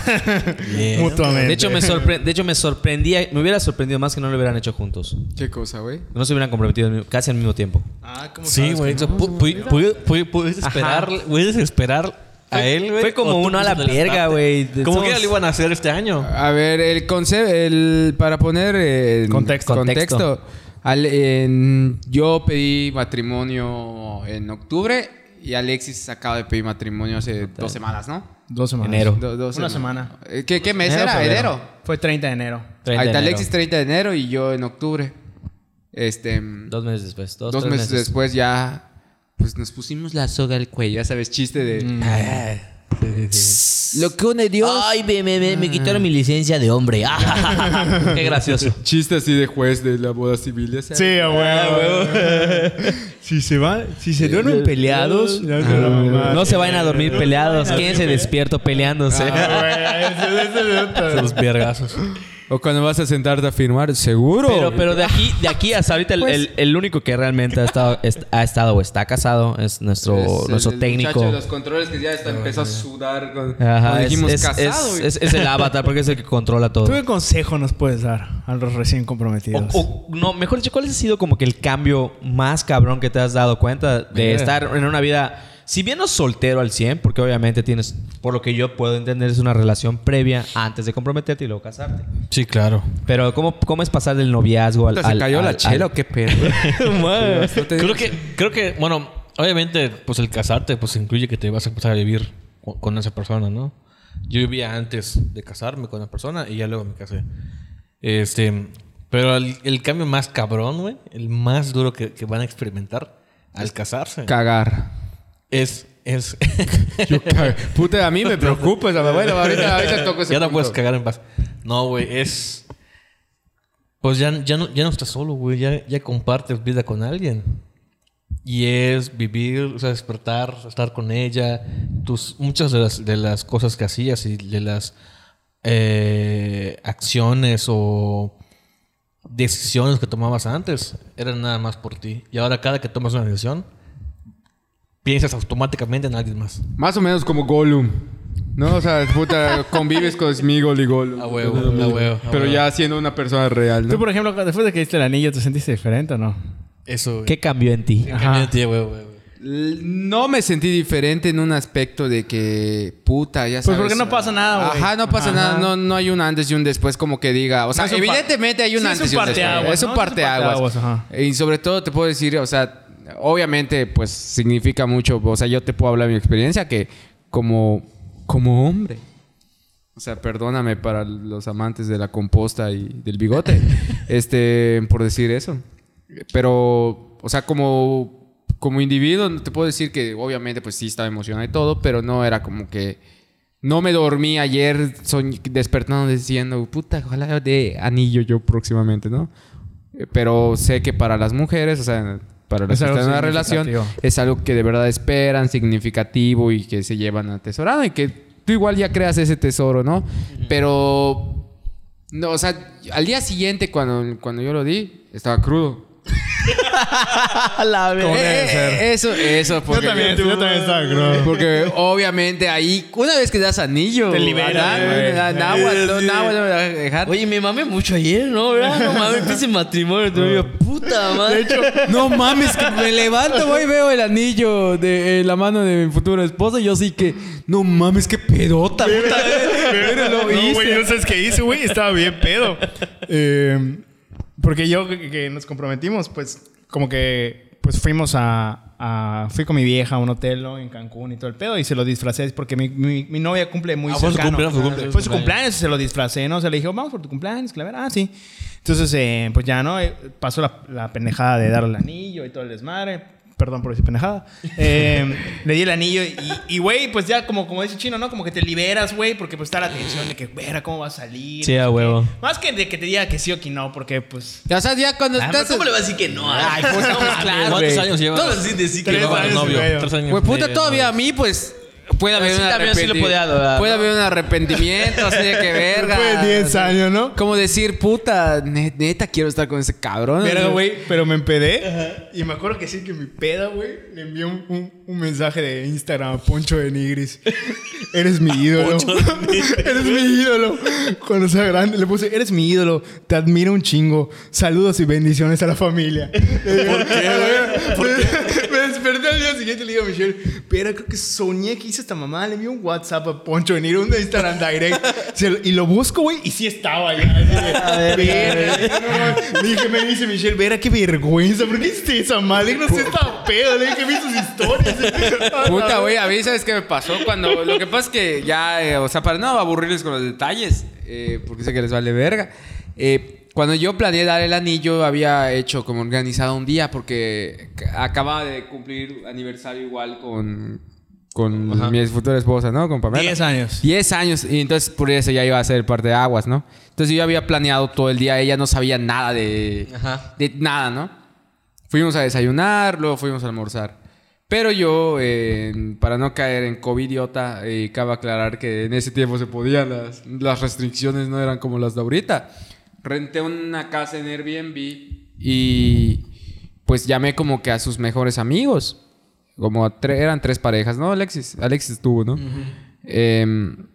S3: Bien.
S5: Mutuamente.
S2: de hecho, me sorpre- de hecho me sorprendía, me hubiera sorprendido más que no lo hubieran hecho juntos.
S1: ¿Qué cosa, güey?
S2: No se hubieran comprometido al mismo- casi al mismo tiempo.
S5: Ah, ¿cómo
S3: Sí,
S5: sabes
S3: güey.
S5: que
S3: o sea,
S5: no?
S3: pu- pu- pu- pu- Pudiste
S2: Ajá.
S3: esperar, puedes esperar a
S2: Fue-
S3: él, güey.
S2: fue como
S3: o tú
S2: uno a la
S3: pusiste
S2: verga,
S3: adelantarte.
S2: güey.
S3: Como
S2: Somos-
S3: que ya lo iban a hacer este año.
S1: A ver, el concepto, el, para poner en
S5: Contexto.
S1: contexto, al- en- yo pedí matrimonio en octubre y Alexis acaba de pedir matrimonio hace dos semanas, ¿no?
S4: Dos semanas.
S2: Enero.
S1: Do- dos
S5: Una
S1: semanas.
S5: semana.
S1: Eh, ¿Qué, qué mes
S2: Enero,
S1: era?
S2: febrero.
S1: ¿Enero?
S5: Fue 30 de enero.
S2: 30
S1: Ahí
S2: de
S1: está
S2: enero.
S1: Alexis 30 de enero y yo en octubre. Este, mm, dos,
S2: Dos meses después. Dos, tres
S1: meses,
S2: meses,
S1: después ya pues nos pusimos la soga al cuello, ya sabes, chiste de
S5: Mm.
S1: lo que une Dios.
S2: Ay, me, me- me- me quitaron mi licencia de hombre. Ah, Qué gracioso.
S1: Chiste así de juez de la boda civil, ya sabes.
S4: Sí, a
S1: Ah,
S4: huevo. Si se va, si se duermen peleados,
S1: Ah.
S4: ya se la mamá.
S2: Ah, No se vayan a dormir peleados. Quédense despierto peleándose.
S1: Ah,
S3: Son Los vergazos.
S1: O cuando vas a sentarte a firmar, seguro.
S2: Pero, pero de aquí, de aquí hasta ahorita el, el- el único que realmente ha estado, est- ha estado o está casado es nuestro,
S1: Es el-
S2: nuestro
S1: el
S2: técnico.
S1: muchacho de los controles que ya hasta empezó a sudar con- cuando
S2: Ajá, es,
S1: dijimos
S2: es-
S1: casado.
S2: es-
S1: güey.
S2: es- es el avatar porque es el que controla todo.
S4: ¿Tú qué consejo nos puedes dar a los recién comprometidos?
S2: O- o- no, mejor dicho, ¿cuál ha sido como que el cambio más cabrón que te has dado cuenta de
S3: Mira.
S2: estar en una vida, si bien no soltero al 100, porque obviamente tienes, por lo que yo puedo entender, es una relación previa antes de comprometerte y luego casarte.
S3: Sí, claro.
S2: Pero ¿cómo, cómo es pasar del noviazgo al...
S1: Puta,
S2: al-
S1: ¿Se cayó
S2: al-
S1: la
S2: al-
S1: chela o qué pedo?
S2: Man.
S3: Creo que, creo que, bueno, obviamente, pues el casarte, pues incluye que te vas a empezar a vivir con, con esa persona, ¿no? Yo vivía antes de casarme con la persona y ya luego me casé. Este, pero el, el cambio más cabrón, güey, el más duro que, que van a experimentar al casarse
S1: Cagar.
S3: es, es,
S1: Yo cago. Puta, a mí me preocupa esa Bueno, ahorita, ahorita toco ese
S3: ya no
S1: punto.
S3: puedes cagar en paz. No, güey, es. Pues ya, ya, no, ya no estás solo, güey. Ya, ya compartes vida con alguien. Y es vivir, o sea, despertar, estar con ella. Tus, muchas de las, de las cosas que hacías y de las eh, acciones o decisiones que tomabas antes eran nada más por ti. Y ahora cada que tomas una decisión, piensas automáticamente en alguien más.
S1: Más o menos como Gollum. No, o sea, puta, convives con Smigol y Gollum.
S3: A huevo, a huevo, a
S1: Pero
S3: huevo.
S1: ya siendo una persona real,
S4: Tú,
S1: ¿no?
S4: por ejemplo, después de que diste el anillo, ¿te sentiste diferente o no?
S3: Eso,
S2: ¿Qué cambió en ti?
S3: Ajá. güey, güey, güey.
S1: L- No me sentí diferente en un aspecto de que, puta, ya
S5: Pues
S1: sabes.
S5: porque no pasa nada, güey.
S1: Ajá, no pasa nada. No, no hay un antes y un después como que diga. O sea,
S5: No es un par-
S1: evidentemente hay un
S5: Sí, es
S1: antes
S5: un
S1: y un después.
S5: parteaguas,
S1: Es un
S5: ¿no? Es un
S1: parteaguas.
S4: parteaguas, ajá.
S1: Y sobre todo te puedo decir, o sea, obviamente pues significa mucho. O sea, yo te puedo hablar de mi experiencia que como, como hombre. O sea, perdóname para los amantes de la composta y del bigote, este, por decir eso. Pero, o sea, como, como individuo, te puedo decir que obviamente, pues sí estaba emocionado y todo, pero no era como que. No me dormí ayer soñ- despertando diciendo, puta, ojalá de anillo yo próximamente, ¿no? Eh, Pero sé que para las mujeres, o sea, para las
S2: Es
S1: que
S2: algo
S1: están en una relación,
S2: significativo.
S1: es algo que de verdad esperan, significativo y que se llevan atesorado y que tú igual ya creas ese tesoro, ¿no? Pero, no, o sea, al día siguiente cuando, cuando yo lo di, estaba crudo.
S8: la
S1: Eh, eh, eh, eso, eso, porque...
S2: Yo también, yo también estaba crudo.
S1: Porque obviamente ahí, una vez que das anillo,
S4: Te libera,
S1: Adán,
S4: güey.
S1: Adán, Nahuatl, no, Nahuatl no me va a dejar.
S8: Oye, me mamé mucho ayer, ¿no? ¿Verdad? No mames, pinche matrimonio. Te digo, puta madre.
S1: No mames, que me levanto, güey, veo el anillo de eh, la mano de mi futuro esposo. y Yo sí que, no mames, qué pedota, puta. Pero lo
S4: No,
S1: hice.
S4: güey, no sabes qué hice, güey. Estaba bien pedo. Eh, porque yo que, que nos comprometimos, pues, como que, pues fuimos a, a- Fui con mi vieja a un hotel ¿no? en Cancún y todo el pedo y se lo disfracé porque mi, mi- mi novia cumple muy
S3: Ah, fue su
S4: cercano.
S3: cumpleaños, fue su
S4: Ah,
S3: cumpleaños.
S4: Fue su cumpleaños y se lo disfracé, ¿no? O sea, le dije, vamos por tu cumpleaños, Clavera. Ah, sí. Entonces, eh, pues ya, ¿no? Eh, Pasó la, la pendejada de darle el anillo y todo el desmadre. Perdón por decir pendejada. Eh, le di el anillo y- y, güey, pues ya como, como dice Chino, ¿no? Como que te liberas, güey, porque pues está la tensión de que, verá, ¿cómo va a salir?
S8: Sí, a huevo.
S4: Más que de que te diga que sí o que no, porque pues...
S1: O sea, ya cuando estás.
S8: Ah, ¿Cómo le vas a decir que no?
S1: Ay, pues, no, claro,
S3: ¿Cuántos
S1: güey.
S3: años llevas?
S8: Todos sí decir que
S4: Tres
S8: no.
S4: años. güey.
S3: Tres años.
S1: Güey, puta,
S3: de
S1: todavía a
S3: novio.
S1: mí, pues. Puede haber,
S8: sí,
S1: un
S8: también sí lo
S1: arrepenti-
S8: podía adorar,
S1: puede
S8: ¿no?
S1: haber un arrepentimiento, así de que verga.
S2: Después de 10 años, ¿no?
S1: Como decir, puta, ne- neta quiero estar con ese cabrón.
S4: Verga,
S1: Así-
S4: güey, pero me empedé. Y me acuerdo que sí, que mi peda, güey, le envió un, un- un mensaje de Instagram a Poncho de Nigris. Eres mi ídolo. eres mi ídolo. Cuando sea grande, le puse, eres mi ídolo. Te admiro un chingo. Saludos y bendiciones a la familia. ¿Por qué, Me desperté al día siguiente y le digo a Michelle, pero creo que soñé que hice esta mamá. Le envió un WhatsApp a Poncho de Nigris, un Instagram direct. Se lo- y lo busco, güey, y sí estaba ya. Así de, "Verga". No, no, le dije, me dice Michelle, Vera, qué vergüenza, ¿por qué hiciste esa madre? No sé, estaba pedo, le dije, vi sus historias.
S1: Puta, güey, a mí sabes qué me pasó cuando... Lo que pasa es que ya, eh, o sea, para no aburrirles con los detalles, eh, porque sé que les vale verga. eh, cuando yo planeé dar el anillo, había hecho como organizado un día porque c- acababa de cumplir aniversario igual con, con mi futura esposa, ¿no? Con Pamela.
S4: 10 años.
S1: 10 años. Y entonces por eso ya iba a ser parte de aguas, ¿no? Entonces yo había planeado todo el día, ella no sabía nada de,
S8: Ajá.
S1: de nada, ¿no? Fuimos a desayunar, luego fuimos a almorzar. Pero yo, eh, para no caer en covidiota, eh, cabe aclarar que en ese tiempo se podían, las, las restricciones no eran como las de ahorita. Renté una casa en Airbnb y pues llamé como que a sus mejores amigos. Como a tre- eran tres parejas, ¿no? Alexis, Alexis estuvo, ¿no? Em,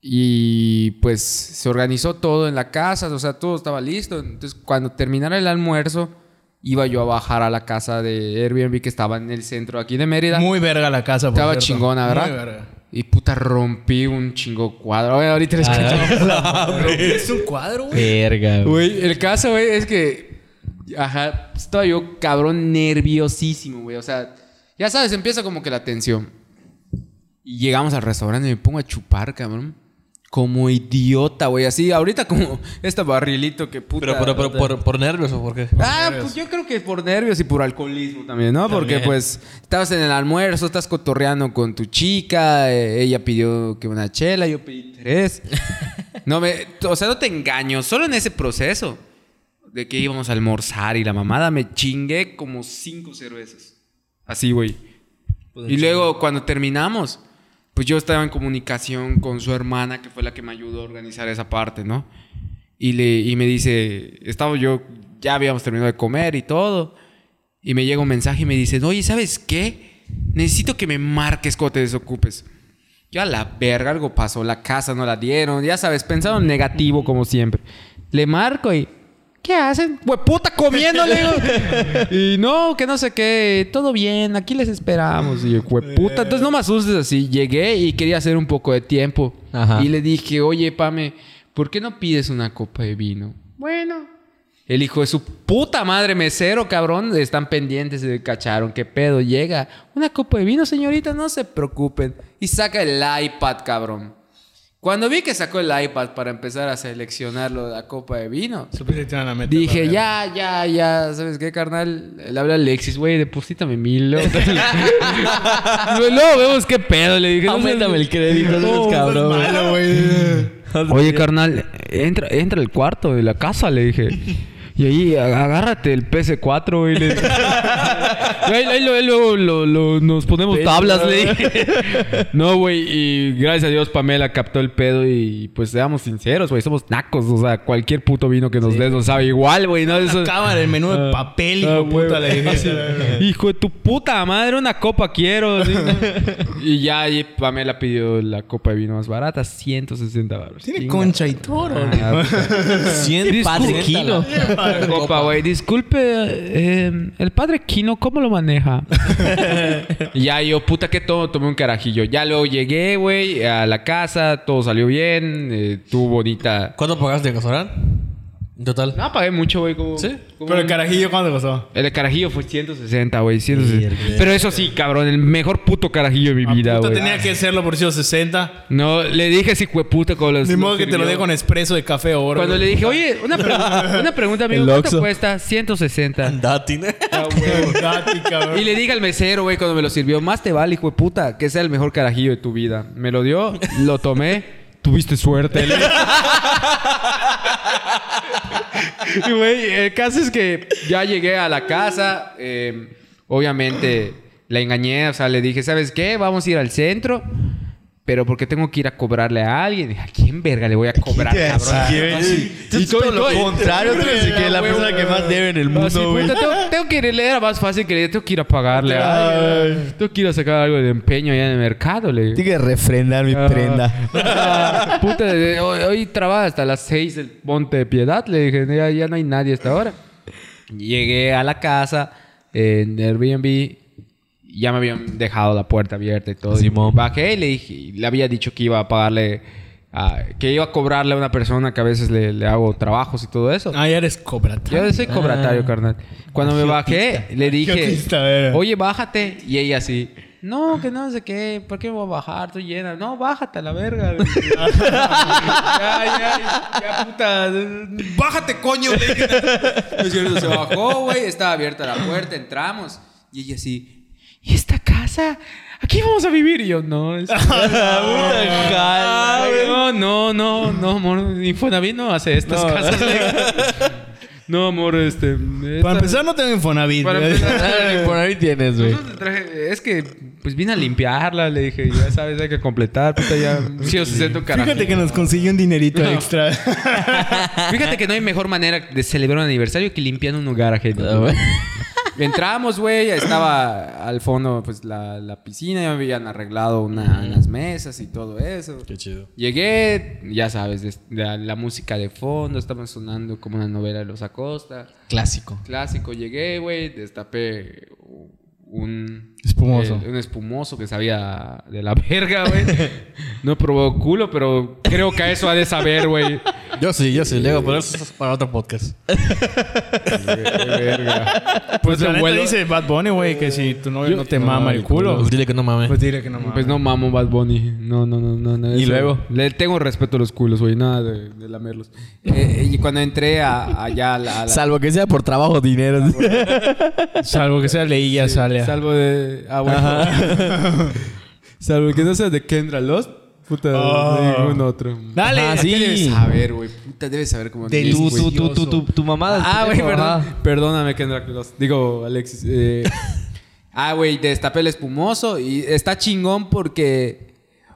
S1: y pues se organizó todo en la casa, o sea, todo estaba listo. Entonces, cuando terminara el almuerzo, iba yo a bajar a la casa de Airbnb que estaba en el centro aquí de Mérida.
S2: Muy verga la casa, por
S1: estaba
S2: cierto.
S1: chingona, ¿verdad?
S2: Muy verga.
S1: Y puta, rompí un chingo cuadro. Oye, ahorita
S2: Ah,
S1: les cuento.
S4: ¿Es un cuadro, güey?
S8: Verga, güey.
S1: Güey, el caso, güey, es que. Ajá, estaba yo cabrón nerviosísimo, güey. O sea, ya sabes, empieza como que la tensión. Y llegamos al restaurante y me pongo a chupar, cabrón. Como idiota, güey. Así, ahorita como este barrilito que puta.
S3: Pero, pero, pero por, por nervios o por qué?
S1: Ah, pues yo creo que por nervios y por alcoholismo también, ¿no? Porque
S3: También.
S1: pues estabas en el almuerzo, estás cotorreando con tu chica, eh, ella pidió que una chela, yo pedí tres. no me, o sea, no te engaño, solo en ese proceso de que íbamos a almorzar y la mamada me chingué como cinco cervezas. Así, güey.
S3: Pues
S1: Y luego cuando terminamos, pues yo estaba en comunicación con su hermana, que fue la que me ayudó a organizar esa parte, ¿no? Y, le, y me dice, estaba yo, ya habíamos terminado de comer y todo. Y me llega un mensaje y me dice, oye, ¿sabes qué? Necesito que me marques cuando te desocupes. Yo a la verga, algo pasó, la casa no la dieron, ya sabes, pensaron negativo como siempre. Le marco y, ¿qué hacen? Pues puta comiendo, le digo. Y no, que no sé qué, todo bien, aquí les esperamos. Y yo, puta, entonces no me asustes así. Llegué y quería hacer un poco de tiempo.
S8: Ajá.
S1: Y le dije, oye, Pame, ¿por qué no pides una copa de vino? Bueno. El hijo de su puta madre mesero, cabrón. Están pendientes, se cacharon. ¿Qué pedo? Llega. Una copa de vino, señorita, no se preocupen. Y saca el iPad, cabrón. Cuando vi que sacó el iPad para empezar a seleccionar lo de la copa de vino,
S4: Supiste que te iban a meter.
S1: dije,
S4: la verga.
S1: ya, ya, ya, ¿sabes qué, carnal? Le habla Alexis, güey, deposítame mil. Luego, luego vemos qué pedo, le dije. no seas-
S2: Aumentame el crédito, no seas cabrón. güey.
S4: Malo, güey.
S1: Oye, carnal, entra, entra al cuarto de la casa, le dije. Y ahí ag- agárrate el PS4, güey. le dije. Y ahí, ahí lo- ahí luego lo- lo- nos ponemos tablas, le dije. No, güey, y gracias a Dios Pamela captó el pedo y pues seamos sinceros, güey, somos nacos. O sea, cualquier puto vino que nos des nos sabe igual, güey. ¿no? Eso-
S4: Cámara, el menú de papel, hijo
S1: Ah,
S4: de puta,
S1: huevo.
S4: le dije.
S1: Así, Hijo de tu puta madre, una copa quiero. así. y ya ahí Pamela pidió la copa de vino más barata, 160 baros.
S4: Tiene concha y toro.
S1: Ah, pues,
S2: 100 padre Kino.
S1: Copa, güey. Disculpe, eh, el padre Kino, ¿cómo lo maneja? Y ya yo, puta, que todo, tomé un carajillo. Ya luego llegué, güey, a la casa, todo salió bien, eh, tuvo bonita.
S3: ¿Cuánto pagaste, Casorán? En total.
S1: No pagué mucho, güey, como.
S3: ¿Sí?
S1: como
S4: Pero el
S1: un-
S4: carajillo, ¿cuánto costó?
S1: El carajillo fue 160, güey. 160. Pero eso sí, cabrón, el mejor puto carajillo de mi vida,
S4: Ah, Puta,
S1: güey. Ah.
S4: tenía que serlo por si 60.
S1: No, le dije si fue puta con los.
S4: Ni
S1: nos
S4: modo que te lo
S1: sirvió.
S4: dé con expreso de café o oro.
S1: Cuando le dije, oye, una, pregu- una pregunta, amigo,
S2: El
S1: ¿cuánto
S2: Oxxo.
S1: cuesta? 160.
S3: Datina.
S4: Ah, Dati, cabrón.
S1: Y le dije al mesero, güey, cuando me lo sirvió, más te vale, hijo de puta, que sea el mejor carajillo de tu vida. Me lo dio, lo tomé, tuviste suerte. le dije. Y, güey, el caso es que ya llegué a la casa, eh, obviamente la engañé, o sea, le dije, ¿sabes qué? Vamos a ir al centro. Pero porque tengo que ir a cobrarle a alguien. Dije, ¿A quién verga le voy a cobrar, cabrón?
S9: Y todo lo contrario, tú ni siquiera es la
S1: Huevo,
S9: persona que más debe en el
S1: Así,
S9: mundo, güey.
S1: puta, tengo, tengo que irle, era más fácil que le tengo que ir a pagarle.
S9: Ay.
S1: Ay, tengo que ir a sacar algo de empeño allá en el mercado, le digo.
S9: Tiene que refrendar mi
S1: Ah,
S9: prenda.
S1: ah, puta, de- de- hoy, hoy trabaja hasta las 6 del Monte de Piedad, le dije, ya, ya no hay nadie hasta ahora. Llegué a la casa, en Airbnb, ya me habían dejado la puerta abierta y todo. Y
S2: Simón.
S1: bajé y le dije, y le había dicho que iba a pagarle, ah, que iba a cobrarle a una persona que a veces le, le hago trabajos y todo eso.
S4: Ah, ya eres Ah. cobrata.
S1: Yo soy cobratario, carnal. Cuando me bajé, le dije,
S4: Agiotista, era.
S1: oye, bájate. Y ella así, no, que no sé qué, ¿por qué me voy a bajar? Tú llena. No, bájate a la verga. güey. ya, ya, ya, puta. Bájate, coño. le dije. No es cierto, se bajó, güey, estaba abierta la puerta, entramos. Y ella así, ¿y esta casa? Aquí vamos a vivir. Y yo, no, es- no, no, no, no, amor, Infonavit no hace estas casas. No, amor, este.
S4: Para empezar, no tengo Infonavit.
S1: Para
S4: güey.
S1: empezar,
S2: Por ahí tienes, güey.
S1: nosotros te traje- es que pues vine a limpiarla, le dije, ya sabes, hay que completar, puta, ya. Sí, o se siento carajo.
S4: Fíjate que nos consiguió un dinerito extra.
S1: Fíjate que no hay mejor manera de celebrar un aniversario que limpiando un lugar
S4: Ah,
S1: ajeno. Entramos, güey, estaba al fondo pues la, la piscina, ya me habían arreglado una- unas mesas y todo eso.
S3: Qué chido.
S1: Llegué, ya sabes, des- la, la música de fondo, estaba sonando como una novela de los Acosta.
S2: Clásico.
S1: Clásico, llegué, güey, destapé un...
S4: Espumoso.
S1: eh, un espumoso que sabía de la verga, güey. no probó culo, pero creo que a eso ha de saber, güey.
S3: Yo sí, yo sí. Luego, pero eso es para otro podcast.
S4: Pues la
S1: Otro
S4: neta
S1: vuelo.
S4: dice Bad Bunny, güey, que si tu novio no te mama el culo,
S3: Dile que no mames.
S4: pues dile que no mames.
S1: Pues no mamo Bad Bunny. No, no, no, no. no,
S2: ¿Y
S1: eso-
S2: luego?
S1: Le tengo respeto a los culos, güey. Nada de, de lamerlos. Eh, y cuando entré a- allá a la... a la-
S2: Salvo que sea por trabajo o dinero.
S4: Ah, Salvo que sea leía, sale.
S1: Salvo de... Ah, bueno. Salvo que no sea de Kendra Lost. Puta, de ningún otro.
S4: Dale,
S2: Ah,
S1: ¿Qué debes
S2: sí.
S1: saber, güey? Puta, debes saber cómo...
S4: De
S1: es,
S4: luz,
S1: güey.
S2: Tú, tú, tú, tú, tu mamada.
S1: Ah, güey,
S2: Mamada.
S1: perdón. Perdóname, Kendra Lost. Digo, Alexis. eh. ah, güey, destapé el espumoso y está chingón porque...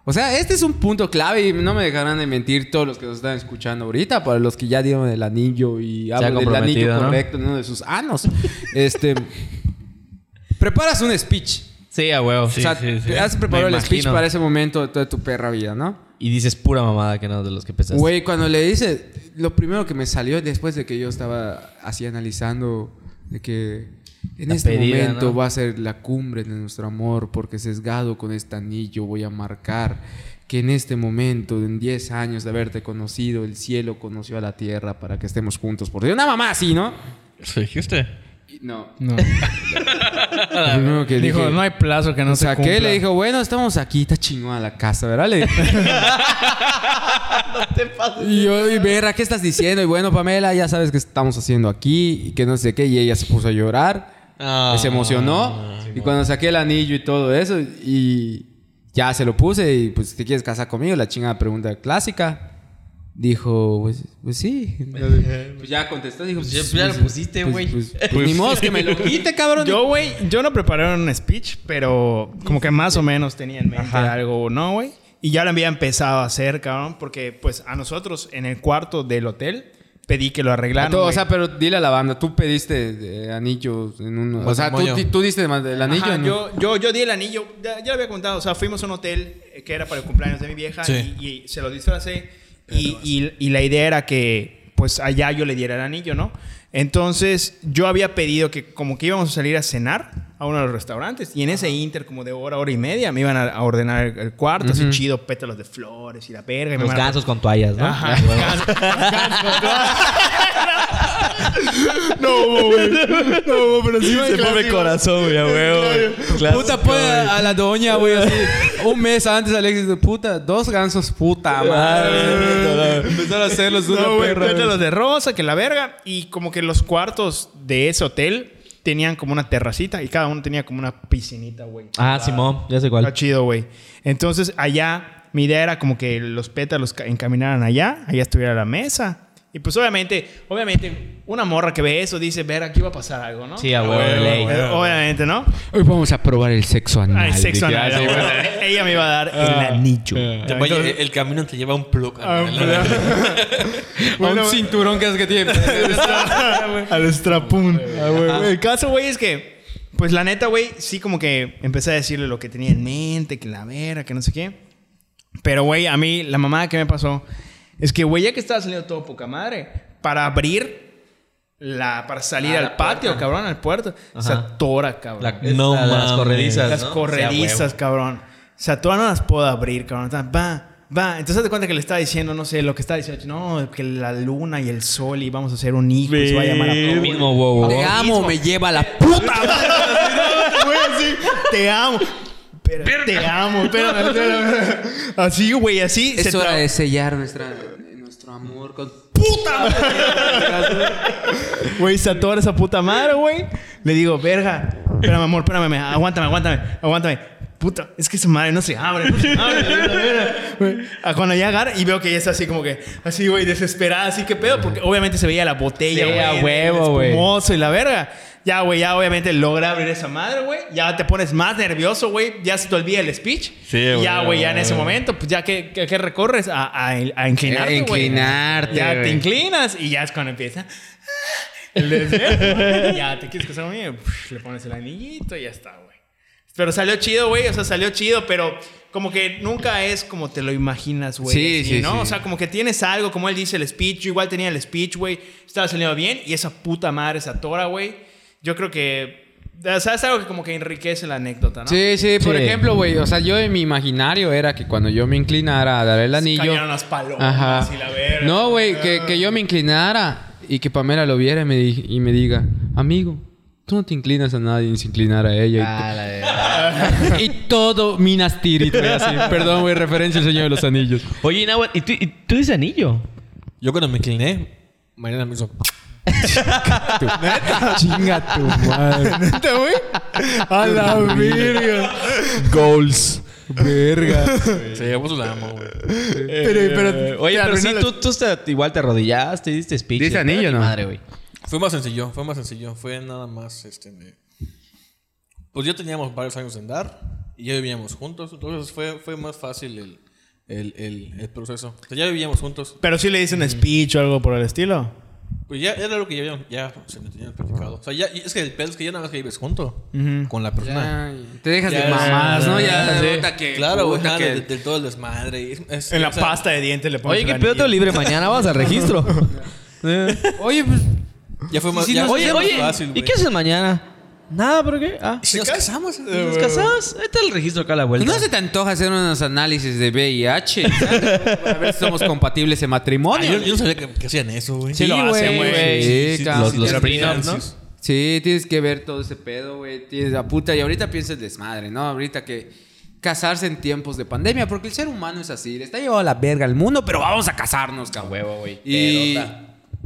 S1: O sea, este es un punto clave y no me dejarán de mentir todos los que nos están escuchando ahorita, para los que ya dieron el anillo y hablan del anillo
S2: comprometido, ¿no?
S1: correcto en uno de sus anos. este... Preparas un speech.
S2: Sí, a huevo.
S1: o sea, te has preparado
S2: Me
S1: el speech
S2: imagino.
S1: para ese momento de toda tu perra vida, ¿no?
S2: Y dices pura mamada que no de los que pensaste.
S1: Güey, cuando le dice, lo primero que me salió después de que yo estaba así analizando de que en
S2: La
S1: este
S2: pedida,
S1: momento
S2: ¿no?
S1: va a ser la cumbre de nuestro amor porque sesgado con este anillo voy a marcar que en este momento, en 10 años de haberte conocido, el cielo conoció a la tierra para que estemos juntos. Por Dios, una mamá así, ¿no?
S3: ¿Eso dijiste?
S1: Y- No.
S4: No.
S1: Lo primero que
S4: Dijo,
S1: dije-
S4: no hay plazo que no se
S1: saqué,
S4: cumpla.
S1: le dijo, bueno, estamos aquí, está chingón a la casa, ¿verdad? Le no te pases. Y yo, y verá, ¿qué estás diciendo? Y bueno, Pamela, ya sabes qué estamos haciendo aquí y que no sé qué. Y ella se puso a llorar,
S3: Ah,
S1: y se emocionó. y cuando saqué el anillo y todo eso, y ya se lo puse, y pues, ¿te quieres casar conmigo? La chingada pregunta clásica. Dijo, pues, pues sí. Pues ya contestó, dijo, pues,
S2: ya lo pusiste,
S1: pues,
S2: güey.
S1: Pues, pues, ni modo que me lo quite, cabrón.
S5: Yo, güey, yo no preparé un speech, pero como que más o menos tenía en mente algo, ¿no, güey? Y ya lo había empezado a hacer, cabrón, porque pues a nosotros en el cuarto del hotel pedí que lo
S1: A
S5: arreglaran.
S1: todo, o
S5: güey.
S1: sea, pero dile a la banda, tú pediste eh, anillos en uno. O sea, tú,
S3: Matrimonio.
S1: di- tú diste ma- el anillo.
S5: Ajá,
S1: en-
S5: yo, yo, yo di el anillo, ya, ya lo había contado, o sea, fuimos a un hotel eh, que era para el cumpleaños de mi vieja
S3: Sí.
S5: y, y se lo disfracé y, y- y la idea era que pues allá yo le diera el anillo, ¿no? Entonces yo había pedido que como que íbamos a salir a cenar a uno de los restaurantes y en ese inter como de hora, hora y media me iban a, a ordenar el, el cuarto, así chido, pétalos de flores y la verga. y me
S2: Los
S5: iban a-
S2: gansos con toallas, ¿no?
S5: Ajá, gansos.
S4: No, güey. No, pero sí me
S9: Se pone corazón, güey, a huevo, güey.
S1: puta, pues a, a la doña, güey, así. un mes antes, Alexis, de puta, dos gansos, puta madre. Empezaron a hacerlos una
S5: No, güey,
S1: perra.
S5: pétalos de rosa, que la verga. Y como que los cuartos de ese hotel tenían como una terracita y cada uno tenía como una piscinita, güey.
S2: Ah, Simón, ya sé
S5: Está
S2: cuál.
S5: chido, güey. Entonces, allá, mi idea era como que los pétalos ca- encaminaran allá, allá estuviera la mesa. Y pues, obviamente, obviamente, una morra que ve eso dice, ver, aquí va a pasar algo, ¿no?
S3: Ah,
S2: Sí, a Ah, huevo, de ley.
S5: Eh, Obviamente, ¿no?
S1: Hoy vamos a probar el sexo anal.
S5: Ay, sexo
S1: dije,
S5: anal.
S1: ah, sí, güey.
S5: Ella me iba a dar el anillo.
S3: Te vaya- el, el camino te lleva a un plug.
S5: Ah,
S3: carnal.
S1: A un cinturón que es que tiene.
S4: Al estrapún.
S5: El caso, Ah, güey, es que, pues la neta, güey, sí como que empecé a decirle lo que tenía en mente, que la vera, que no sé qué. Pero, güey, a mí la mamada que me pasó es que, güey, ya que estaba saliendo todo poca madre, para abrir la, para salir al patio, cabrón, al puerto, se atora, cabrón.
S2: La-
S3: No
S2: la- las
S3: mames.
S2: corredizas.
S5: Las
S2: ¿no?
S5: corredizas,
S2: Sí,
S5: cabrón. O sea, todas no las puedo abrir, cabrón. Está, Va, va. Entonces te cuenta que le está diciendo, no sé, lo que está diciendo. No, que la luna y el sol y vamos a hacer un hijo y se va a llamar a
S2: a huevo. Lo mismo, wow, wow,
S1: Te
S2: wow.
S1: amo, me lleva a la puta.
S5: Güey, así, te amo. Pero, te amo, espérame, espérame. Así, güey, así. se
S1: Es hora
S5: tra-
S1: de sellar nuestra, nuestro amor con.
S5: Güey, se atora esa puta madre, güey. Le digo, verga. Espérame, amor, espérame, me- aguántame, aguántame, aguántame. Puta, es que esa madre no se abre, no se abre, verga, verga. Güey, ah, Cuando ya agarra y veo que ella está así como que, así, güey, desesperada, así que pedo, porque obviamente se veía la botella,
S2: Sí,
S5: güey.
S2: a
S5: el- el
S2: huevo, güey.
S5: espumoso y la verga. Ya, güey, ya obviamente logra abrir esa madre, güey. Ya te pones más nervioso, güey. Ya se te olvida el speech.
S9: Sí,
S5: Y Ya,
S9: güey,
S5: güey, ya en
S9: güey.
S5: ese momento, pues ya que, que, que recorres a, a, a inclinarte, güey.
S1: Inclinarte,
S5: Ya te
S1: güey.
S5: inclinas y ya es cuando empieza. "Ah", El deseo. ya te quieres casar conmigo. pf, Le pones el anillito y ya está, güey. Pero salió chido, güey. O sea, salió chido, pero como que nunca es como te lo imaginas, güey.
S1: Sí,
S5: así,
S1: sí,
S5: ¿no?
S1: sí.
S5: O sea, como que tienes algo, como él dice, el speech. Yo igual tenía el speech, güey. Estaba saliendo bien y esa puta madre, esa tora, güey. Yo creo que. O sea, es algo que como que enriquece la anécdota, ¿no?
S1: Sí, sí, por
S2: Sí.
S1: ejemplo, güey. O sea, yo en mi imaginario era que cuando yo me inclinara a dar el anillo.
S5: Cayeron las palomas
S1: Ajá.
S5: y la verga.
S1: No, güey, que, que yo me inclinara y que Pamela lo viera y me, di- y me diga, amigo, tú no te inclinas a nadie ni se inclinar a ella. Y
S2: Ah, la de-
S1: to- Y, todo Minas Tirith, güey, así. Perdón, güey, referencia al Señor de los Anillos.
S2: Oye, Nahuel, ¿y tú, y tú dices anillo?
S3: Yo cuando me incliné, Mariana me hizo.
S4: Chinga tu madre. ¿Neta, güey? A la verga.
S9: Goals.
S4: Verga.
S3: Se llevó su dama, güey.
S5: Eh,
S4: Pero, pero.
S2: Oye,
S4: te
S2: pero sí,
S4: arruinó la-
S2: tú, tú te- igual te arrodillaste y diste speech.
S1: Dice
S2: y-
S1: anillo,
S2: Ay,
S1: ¿no?
S2: Madre, güey.
S3: Fue más sencillo, fue más sencillo. Fue nada más este. de- Pues ya teníamos varios años de andar y ya vivíamos juntos. Entonces fue, fue más fácil el, el, el, el proceso. O sea, ya vivíamos juntos.
S5: Pero sí le hice un speech o algo por el estilo.
S3: Pues ya era lo que ya, habían- ya se me tenían platicado. O sea, ya, y es que el pedo es que ya nada más que vives junto con la persona.
S1: te dejas
S3: Ya,
S1: de mamadas, ¿no?
S3: ya,
S1: Ya,
S3: sí.
S1: puta Ah, que-
S3: claro, güey.
S1: puta
S3: ajá,
S1: que-
S3: de, de todo el desmadre. y es- es-
S5: En la
S3: o sea,
S5: pasta de dientes le pones
S2: Oye,
S5: el
S2: ¿qué pedo
S5: anillo.
S2: te libre? Mañana vas al registro.
S1: Oye, pues...
S3: Ya fue más,
S1: Sí, sí,
S3: ya,
S1: nos-
S2: oye,
S3: ya fue
S2: oye,
S3: más fácil,
S2: ¿y
S3: güey.
S2: qué haces mañana? Nada, ¿por qué? Ah,
S3: ¿Y si nos casamos?
S2: ¿nos casamos? Ahí está el registro acá a la vuelta.
S1: pues ¿No se te antoja hacer unos análisis de VIH? Para ver si somos compatibles en
S3: Ah, yo,
S1: matrimonio.
S3: yo no sabía que, que hacían eso, güey.
S1: Sí, lo hacen, güey.
S2: güey.
S1: Sí,
S2: Sí,
S1: cabrón.
S2: los- los
S3: sí,
S2: prenups,
S3: sí,
S2: ¿no?
S3: sí.
S1: Sí, tienes que ver todo ese pedo, güey. Tienes la puta. Y ahorita piensas desmadre, ¿no? Ahorita que casarse en tiempos de pandemia, porque el ser humano es así. Le está llevado a la verga el mundo, pero vamos a casarnos, cabrón.
S2: huevo, güey.
S1: Y,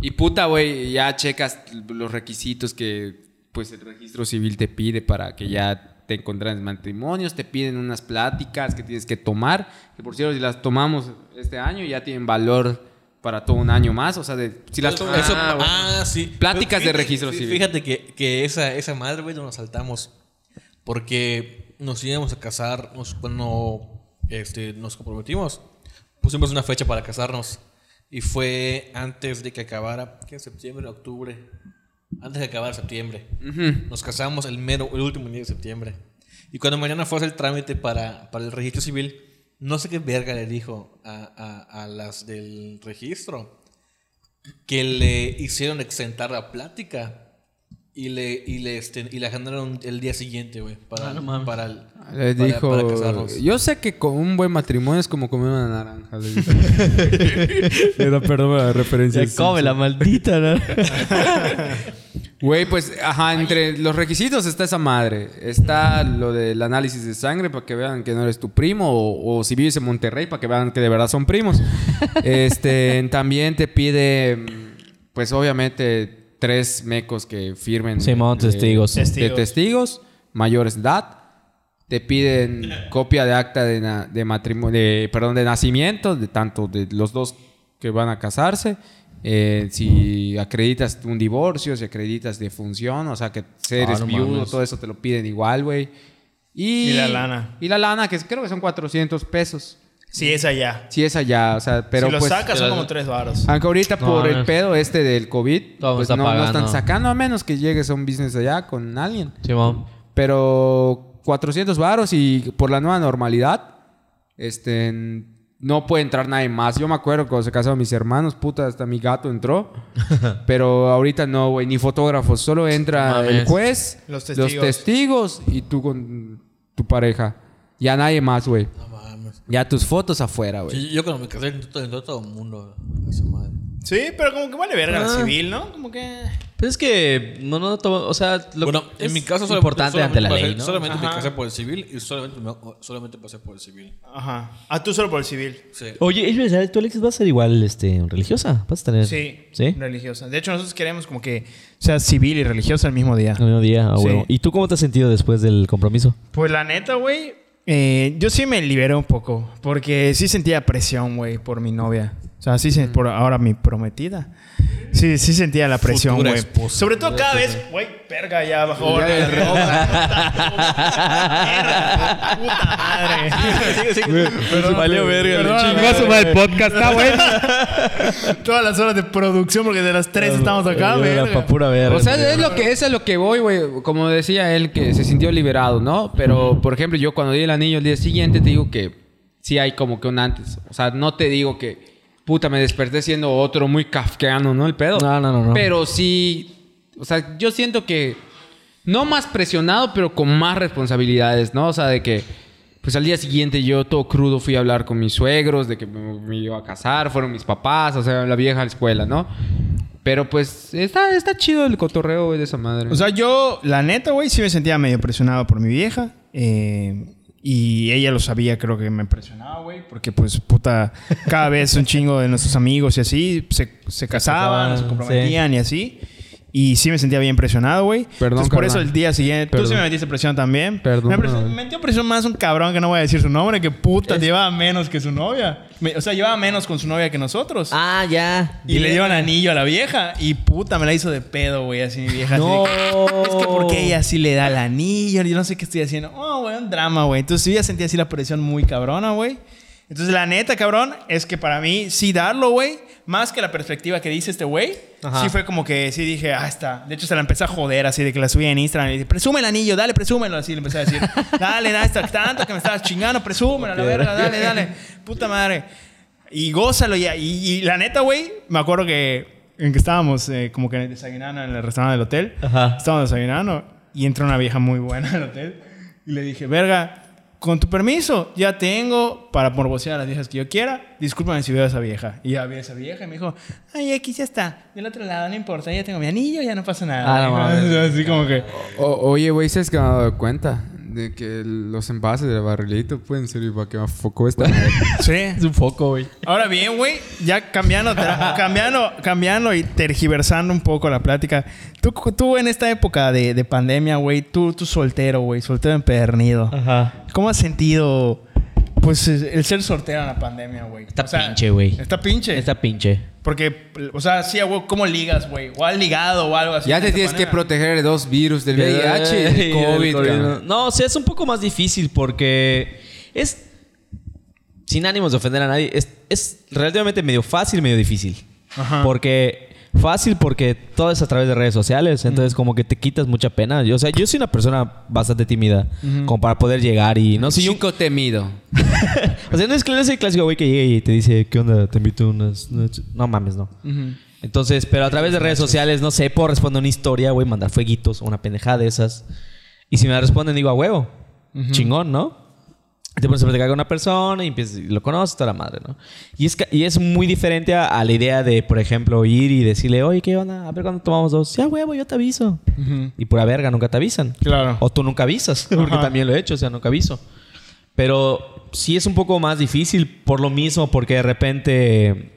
S1: y puta, güey, ya checas los requisitos que pues el registro civil te pide para que ya te encontraras en matrimonios, te piden unas pláticas que tienes que tomar, que por cierto, si las tomamos este año ya tienen valor para todo un año más, o sea, de- si las tomas...
S3: Eso-
S1: Ah, güey.
S3: ah, sí.
S1: Pláticas
S3: Pero
S1: de registro
S3: fí-
S1: civil.
S3: Fíjate que, que esa, esa madre, güey, nos la saltamos. Porque nos íbamos a casar nos- cuando este, nos comprometimos. Pusimos una fecha para casarnos. Y fue antes de que acabara, ¿qué? ¿Septiembre? ¿Octubre? Antes de acabar septiembre. Nos casamos el mero, el último día de septiembre. Y cuando mañana fue a hacer el trámite para, para el registro civil, no sé qué verga le dijo a, a- a las del registro que le hicieron exentar la plática y le, y le, este, y la agendaron el día siguiente, güey,
S2: Ah,
S3: para, para el-
S1: Le
S3: para-
S1: dijo,
S3: para casarnos.
S1: yo sé que con un buen matrimonio es como comer una naranja. Le dijo. Era, perdón la referencia.
S2: Se come la maldita, ¿no?
S1: Güey, pues, ajá, entre los requisitos está esa madre. Está lo del análisis de sangre para que vean que no eres tu primo. O, o si vives en Monterrey para que vean que de verdad son primos. este, también te pide, mm, pues, obviamente, tres mecos que firmen.
S2: Simón,
S1: eh,
S2: testigos.
S1: De
S5: Testigos.
S1: testigos, mayores de edad. Te piden copia de acta de, na- de matrimonio, de, perdón, de nacimiento, de tanto de los dos que van a casarse. Eh, si acreditas un divorcio, si acreditas defunción, o sea que si eres
S2: Ah, no
S1: viudo,
S2: mames.
S1: todo eso te lo piden igual, güey. Y,
S5: Y la lana.
S1: Y la lana, que es- creo que son 400 pesos.
S5: Sí, es allá.
S1: Si es allá, o sea, pero
S5: si lo
S1: pues... Ah.
S5: sacas son
S2: pero-
S5: como tres varos.
S1: Aunque ahorita
S2: No,
S1: por
S2: no
S1: el
S2: es-
S1: pedo este del COVID,
S2: Todo
S1: pues
S2: está
S1: no, no están
S2: pagando.
S1: sacando a menos que llegues a un business allá con alguien.
S2: Simón.
S1: Pero 400 varos y por la nueva normalidad, este, no puede entrar nadie más. Yo me acuerdo cuando se casaron mis hermanos, puta, hasta mi gato entró. pero ahorita no, güey, ni fotógrafos. Solo entra
S2: No mames.
S1: el juez,
S5: Los testigos.
S1: testigos y tú con tu pareja. Ya nadie más, güey.
S3: No mames.
S1: Ya tus fotos afuera, güey.
S3: Sí, yo cuando me casé entró todo, entró todo el mundo a esa madre.
S5: Sí, pero como que vale verga la
S2: Ah.
S5: civil, ¿no? Como que.
S2: Pues es que no, no, to- o sea, lo
S3: bueno, en
S2: es
S3: mi caso solamente,
S2: importante ante la
S3: solamente
S2: ley,
S3: pasé-
S2: ¿no?
S3: solamente me
S5: Ajá.
S3: casé por el civil y solamente, me- solamente pasé por el civil.
S5: Ajá. Ah, tú solo por el civil.
S3: Sí.
S2: Oye, es verdad, tú Alexis vas a ser igual este religiosa, vas a tener
S5: Sí.
S2: ¿Sí?
S5: Religiosa. De hecho, nosotros queremos como que sea civil y religiosa el mismo día.
S2: El mismo día, a
S5: Sí.
S2: huevo. ¿Y tú cómo te has sentido después del compromiso?
S5: Pues la neta, güey. eh, yo sí me liberé un poco. Porque sí sentía presión, güey, por mi novia. O sea, sí, se- por ahora mi prometida. Sí, sí sentía la presión,
S3: Futura
S5: güey.
S3: esposa.
S5: Sobre todo cada vez, güey, verga, ya
S1: Ya
S5: bajó. la
S1: de
S5: ropa. Verga, Puta madre.
S9: Valió verga, le
S5: Perdóname.
S9: chingó a su madre.
S4: podcast, está bueno.
S5: Todas las horas de producción, porque de las 3 estamos acá, güey.
S2: Pa' pura verga.
S1: O sea, es lo que, es a lo que voy, güey. Como decía él, que se sintió liberado, ¿no? Pero, por ejemplo, yo cuando di el anillo el día siguiente, te digo que sí hay como que un antes. O sea, no te digo que, puta, me desperté siendo otro muy kafkeano, ¿no? El pedo.
S2: No, no, no, no.
S1: Pero sí, o sea, yo siento que no más presionado, pero con más responsabilidades, ¿no? O sea, de que, pues al día siguiente yo todo crudo fui a hablar con mis suegros, de que me, me iba a casar, fueron mis papás, o sea, la vieja escuela, ¿no? Pero pues está, está chido el cotorreo güey, de esa madre.
S5: O sea, yo, la neta, güey, sí me sentía medio presionado por mi vieja. eh, y ella lo sabía, creo que me presionaba, güey. Porque, pues, puta, cada vez un chingo de nuestros amigos y así se, se casaban,
S2: casaban,
S5: se comprometían y así. Y sí me sentía bien presionado, güey.
S1: Perdón,
S5: Entonces, por eso
S1: carnal.
S5: el día siguiente... Tú sí
S1: Perdón.
S5: me metiste presión también.
S1: Perdón,
S5: Me, presionó-
S1: carnal.
S5: me metió presión más un cabrón que no voy a decir su nombre. Que puta, llevaba menos que su novia. Me- o sea, llevaba menos con su novia que nosotros.
S2: Ah, ya.
S5: Y le dieron anillo a la vieja. Y puta, me la hizo de pedo, güey. Así mi vieja. así de
S2: No.
S5: que, es que porque ella sí le da el anillo. Yo no sé qué estoy haciendo. Oh, güey, un drama, güey. Entonces yo ya sentía así la presión muy cabrona, güey. Entonces la neta, cabrón, es que para mí sí darlo, güey. Más que la perspectiva que dice este güey.
S2: Ajá.
S5: Sí fue como que sí dije, ah, está. De hecho se la empecé a joder así de que la subí en Instagram. Y le dije, presume el anillo, dale, presúmelo. Así le empecé a decir, dale, dale, está tanto que me estabas chingando, presúmelo, a la verga, dale, dale. Puta madre. Y gózalo ya. Y, y la neta, güey, me acuerdo que en que estábamos eh, como que desayunando en el restaurante del hotel.
S2: Ajá.
S5: Estábamos desayunando y entró una vieja muy buena al hotel. Y le dije, verga, con tu permiso, ya tengo para morbosear a las viejas que yo quiera. Discúlpame si veo a esa vieja. Y ya vi a esa vieja y me dijo, ay, aquí ya está. Del otro lado, no importa, ya tengo mi anillo, ya no pasa nada.
S1: Ah, no
S5: Así como que...
S1: O- oye, güey, ¿sabes que me he dado cuenta? De que los envases del barrilito pueden servir para que me foco esta. madre.
S5: Sí.
S2: Es un foco, güey.
S5: Ahora bien, güey, ya cambiando, tra- cambiando, cambiando y tergiversando un poco la plática. Tú, tú en esta época de, de pandemia, güey, tú, tú soltero, güey, soltero empedernido.
S2: Ajá.
S5: ¿Cómo has sentido, pues, el ser soltero en la pandemia, güey?
S2: Está pinche, güey.
S5: Está pinche.
S2: Está pinche.
S5: Porque, o sea, sí, güey, ¿cómo ligas, güey? O has ligado o algo así.
S1: ya
S5: de
S1: te
S5: esta
S1: tienes que
S5: manera.
S1: proteger de dos virus, del VIH y del COVID.
S2: no.
S1: cabrón.
S2: no, o sea, es un poco más difícil porque es. Sin ánimos de ofender a nadie, es, es relativamente medio fácil, medio difícil.
S5: Ajá.
S2: Porque. Fácil porque todo es a través de redes sociales, entonces como que te quitas mucha pena. Yo, o sea, yo soy una persona bastante tímida como para poder llegar y no sé, yo-
S1: Chico temido.
S2: o sea, no es que no es el clásico güey que llega y te dice, ¿qué onda? Te invito a unas... unas ch-". No mames, no. Entonces, pero a través de redes sociales, no sé, puedo responder una historia, güey, mandar fueguitos o una pendejada de esas. Y si me la responden, digo, a huevo. Chingón, ¿no? Y Te pones a platicar con una persona y empiezas, y lo conoces toda la madre, ¿no? Y es, ca- y es muy diferente a, a la idea de, por ejemplo, ir y decirle, oye, ¿qué onda? A ver cuándo tomamos dos. Sí, a huevo, yo te aviso. Y pura verga, nunca te avisan.
S5: Claro.
S2: O tú nunca avisas, porque
S5: Ajá.
S2: también lo he hecho, o sea, nunca aviso. Pero sí es un poco más difícil por lo mismo, porque de repente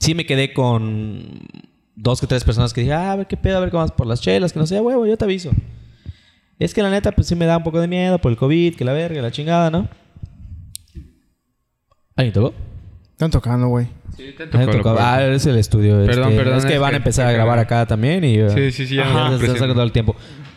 S2: sí me quedé con dos que tres personas que dije, ah, a ver qué pedo, a ver cómo vas por las chelas, que no sé, "A huevo, yo te aviso. Es que la neta, pues sí me da un poco de miedo por el COVID, que la verga, la chingada, ¿no? ¿Alguien tocó?
S4: Están tocando, güey.
S2: Alguien tocó. Ah, es el estudio.
S1: Perdón,
S2: este,
S1: perdón,
S2: Es que
S1: es
S2: van
S1: que-
S2: a empezar a grabar acá también y... uh,
S9: Sí, sí, sí, ya
S2: Ajá,
S9: me
S2: se está
S9: presento.
S2: sacando el tiempo.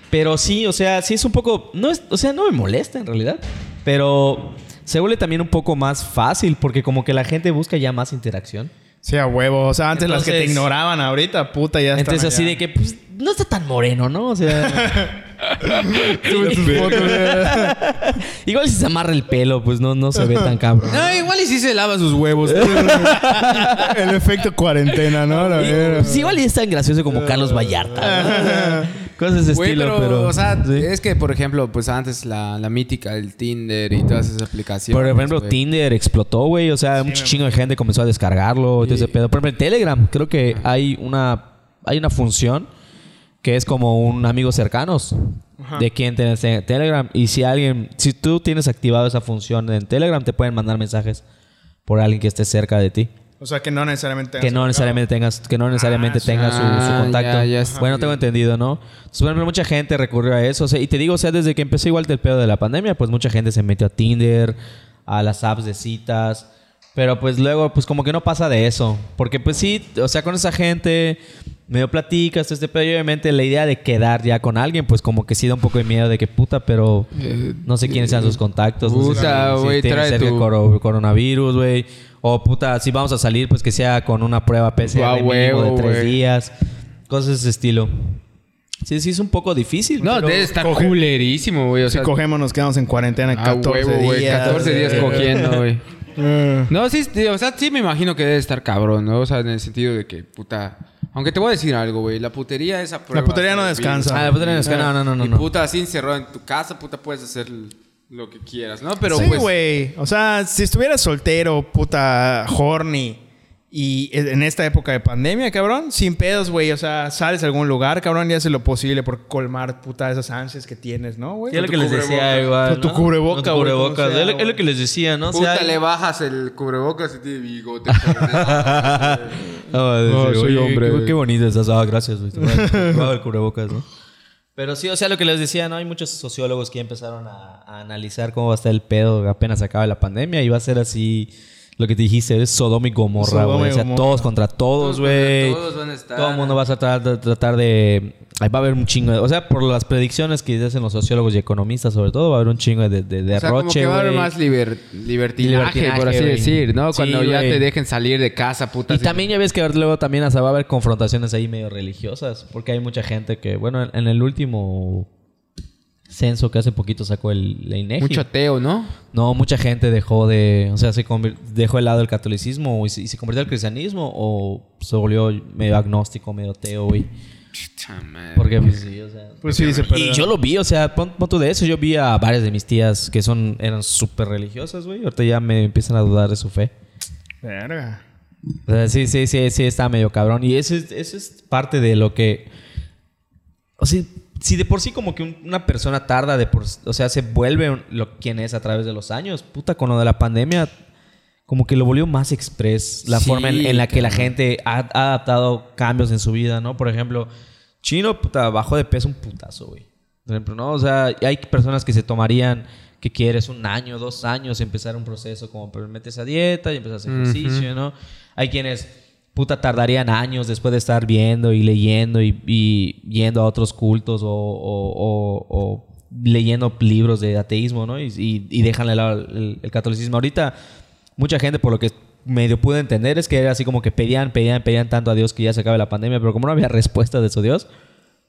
S2: Pero sí, o sea, sí es un poco... No es, o sea, no me molesta en realidad. Pero se vuelve también un poco más fácil porque como que la gente busca ya más interacción.
S5: Sí, a huevo. O sea, antes las que te
S2: Entonces-
S5: ignoraban ahorita, puta, ya están
S2: Entonces así
S5: allá.
S2: de que, pues, no está tan moreno, ¿no? O sea... ¿eh? igual si se amarra el pelo, pues no, no se ve tan cabrón.
S1: Ah, igual y si se lava sus huevos.
S4: El efecto cuarentena, ¿no? La
S2: Y-
S4: verga.
S2: pues, igual y es tan gracioso como Carlos Vallarta. ¿no? Cosas de ese
S1: Güey,
S2: estilo,
S1: pero,
S2: pero...
S1: o sea,
S2: sí.
S1: es que, por ejemplo, pues antes la, la mítica, el Tinder y todas esas aplicaciones.
S2: Por ejemplo,
S1: güey.
S2: Tinder explotó, güey. O sea, un chingo de gente comenzó a descargarlo. y todo ese pedo. Por ejemplo, en Telegram, creo que hay una, hay una función que es como un amigo cercanos de quien tienes en Telegram. Y si alguien, si tú tienes activado esa función en Telegram, te pueden mandar mensajes por alguien que esté cerca de ti.
S5: O sea, que no necesariamente...
S2: Que no necesariamente tengas, que no necesariamente tenga su,
S1: Ah,
S2: su contacto.
S1: ya, ya está.
S2: bueno, tengo entendido, ¿no? Entonces, por ejemplo, mucha gente recurrió a eso. o sea, y te digo, o sea, desde que empezó igual el pedo de la pandemia, pues mucha gente se metió a Tinder, a las apps de citas. Pero pues luego, pues como que no pasa de eso. Porque pues sí, o sea, con esa gente medio platicas, todo este pedo. Y obviamente la idea de quedar ya con alguien, pues como que sí da un poco de miedo de que puta, pero no sé quiénes sean sus contactos. no
S1: Eh,
S2: sé
S1: Puta,
S2: si- si
S1: güey,
S2: tiene
S1: trae
S2: cerca
S1: tu-
S2: coro- coronavirus, güey. O puta, si vamos a salir, pues que sea con una prueba PCR
S1: Ah,
S2: mínimo
S1: huevo,
S2: de tres
S1: güey.
S2: días. Cosas de ese estilo. Sí, sí, es un poco difícil.
S1: No,
S2: pero-
S1: debe estar
S5: coge-
S1: culerísimo, güey. O
S5: Si
S1: sea,
S5: cogemos, nos quedamos en cuarentena
S1: a
S5: 14
S1: Ah, huevo, güey.
S5: días.
S1: 14 días
S5: Eh,
S1: cogiendo, güey.
S4: Eh,
S1: No, sí, sí, o sea, sí me imagino que debe estar cabrón, ¿no? O sea, en el sentido de que, puta. Aunque te voy a decir algo, güey. La putería es a prueba.
S5: putería no
S1: de
S5: descansa.
S1: virus.
S2: Ah, pues, tenés que- no, no, no, no.
S1: y
S2: no.
S1: puta, así encerrado en tu casa, puta, puedes hacer lo que quieras, ¿no? Pero
S5: sí,
S1: pues.
S5: güey. O sea, si estuvieras soltero, puta, horny, y en esta época de pandemia, cabrón, sin pedos, güey. O sea, sales a algún lugar, cabrón, y haces lo posible por colmar, puta, esas ansias que tienes, ¿no, güey?
S2: Sí, es lo que les decía
S1: cubrebocas.
S2: igual.
S5: Con tu
S2: ¿no?
S5: cubreboca,
S2: Con tu
S5: güey, como
S2: cubrebocas.
S5: sea,
S2: Es lo- es
S5: güey.
S2: lo que les decía, ¿no? O
S1: Puta,
S2: sea,
S1: le bajas el cubrebocas y tiene bigote. cabrón.
S2: Ah, de
S4: No,
S2: ese,
S4: soy
S2: oye,
S4: hombre.
S2: Qué, qué bonito estás. Ah, gracias, güey. Te voy a- te voy a dar el cubrebocas, ¿no? Pero sí, o sea, lo que les decía, ¿no? Hay muchos sociólogos que ya empezaron a, a analizar cómo va a estar el pedo apenas acaba la pandemia y va a ser así. Lo que te dijiste, es Sodoma y Gomorra,
S5: Sodoma
S2: güey.
S5: y
S2: O sea,
S5: Gomorra.
S2: todos contra todos,
S1: Todos
S2: güey.
S1: contra todos van a estar.
S2: Todo el mundo va a tratar, de- tratar de... ahí Va a haber un chingo de... O sea, por las predicciones que hacen los sociólogos y economistas, sobre todo, va a haber un chingo de, de, de
S1: O sea, como
S2: derroche,
S1: que va a haber
S2: güey.
S1: más liber- libertinaje,
S2: Libertinaje,
S1: por así
S2: güey.
S1: decir, ¿no?
S2: Sí,
S1: Cuando ya
S2: güey.
S1: te dejen salir de casa, puta.
S2: Y
S1: así-
S2: también ya ves que luego también hasta va a haber confrontaciones ahí medio religiosas, porque hay mucha gente que, bueno, en, en el último censo que hace poquito sacó el la INEGI,
S1: Mucho ateo, ¿no?
S2: no, mucha gente dejó de, o sea, se convir- dejó de lado el catolicismo y se, y se convirtió al cristianismo o se volvió medio agnóstico, medio ateo, güey.
S1: Puta madre.
S2: Porque pues sí, o sea...
S5: Pues sí, se
S2: Y yo lo vi, o sea, pon, pon tú de eso. Yo vi a varias de mis tías que son, eran súper religiosas, güey. Ahorita ya me empiezan a dudar de su fe.
S5: Verga.
S2: O sea, sí, sí, sí, sí, está medio cabrón. Y eso es, eso es parte de lo que. O sea, si de por sí como que un- una persona tarda, de por, o sea, se vuelve un- lo, quien es a través de los años. Puta, con lo de la pandemia, como que lo volvió más express. La
S1: Sí,
S2: forma en, en la que la
S1: cabrón.
S2: gente ha, ha adaptado cambios en su vida, ¿no? Por ejemplo, Chino, puta, bajó de peso un putazo, güey. Por ejemplo, ¿no? O sea, hay personas que se tomarían, que quieres un año, dos años, empezar un proceso como pero metes a dieta y empiezas a hacer ejercicio, ¿no? Hay quienes, puta, tardarían años después de estar viendo y leyendo y, y yendo a otros cultos o, o- o- o leyendo libros de ateísmo, ¿no? Y, y, y dejan de lado el, el catolicismo. Ahorita, mucha gente, por lo que medio pude entender, es que era así como que pedían, pedían, pedían tanto a Dios que ya se acabe la pandemia, pero como no había respuesta de su Dios,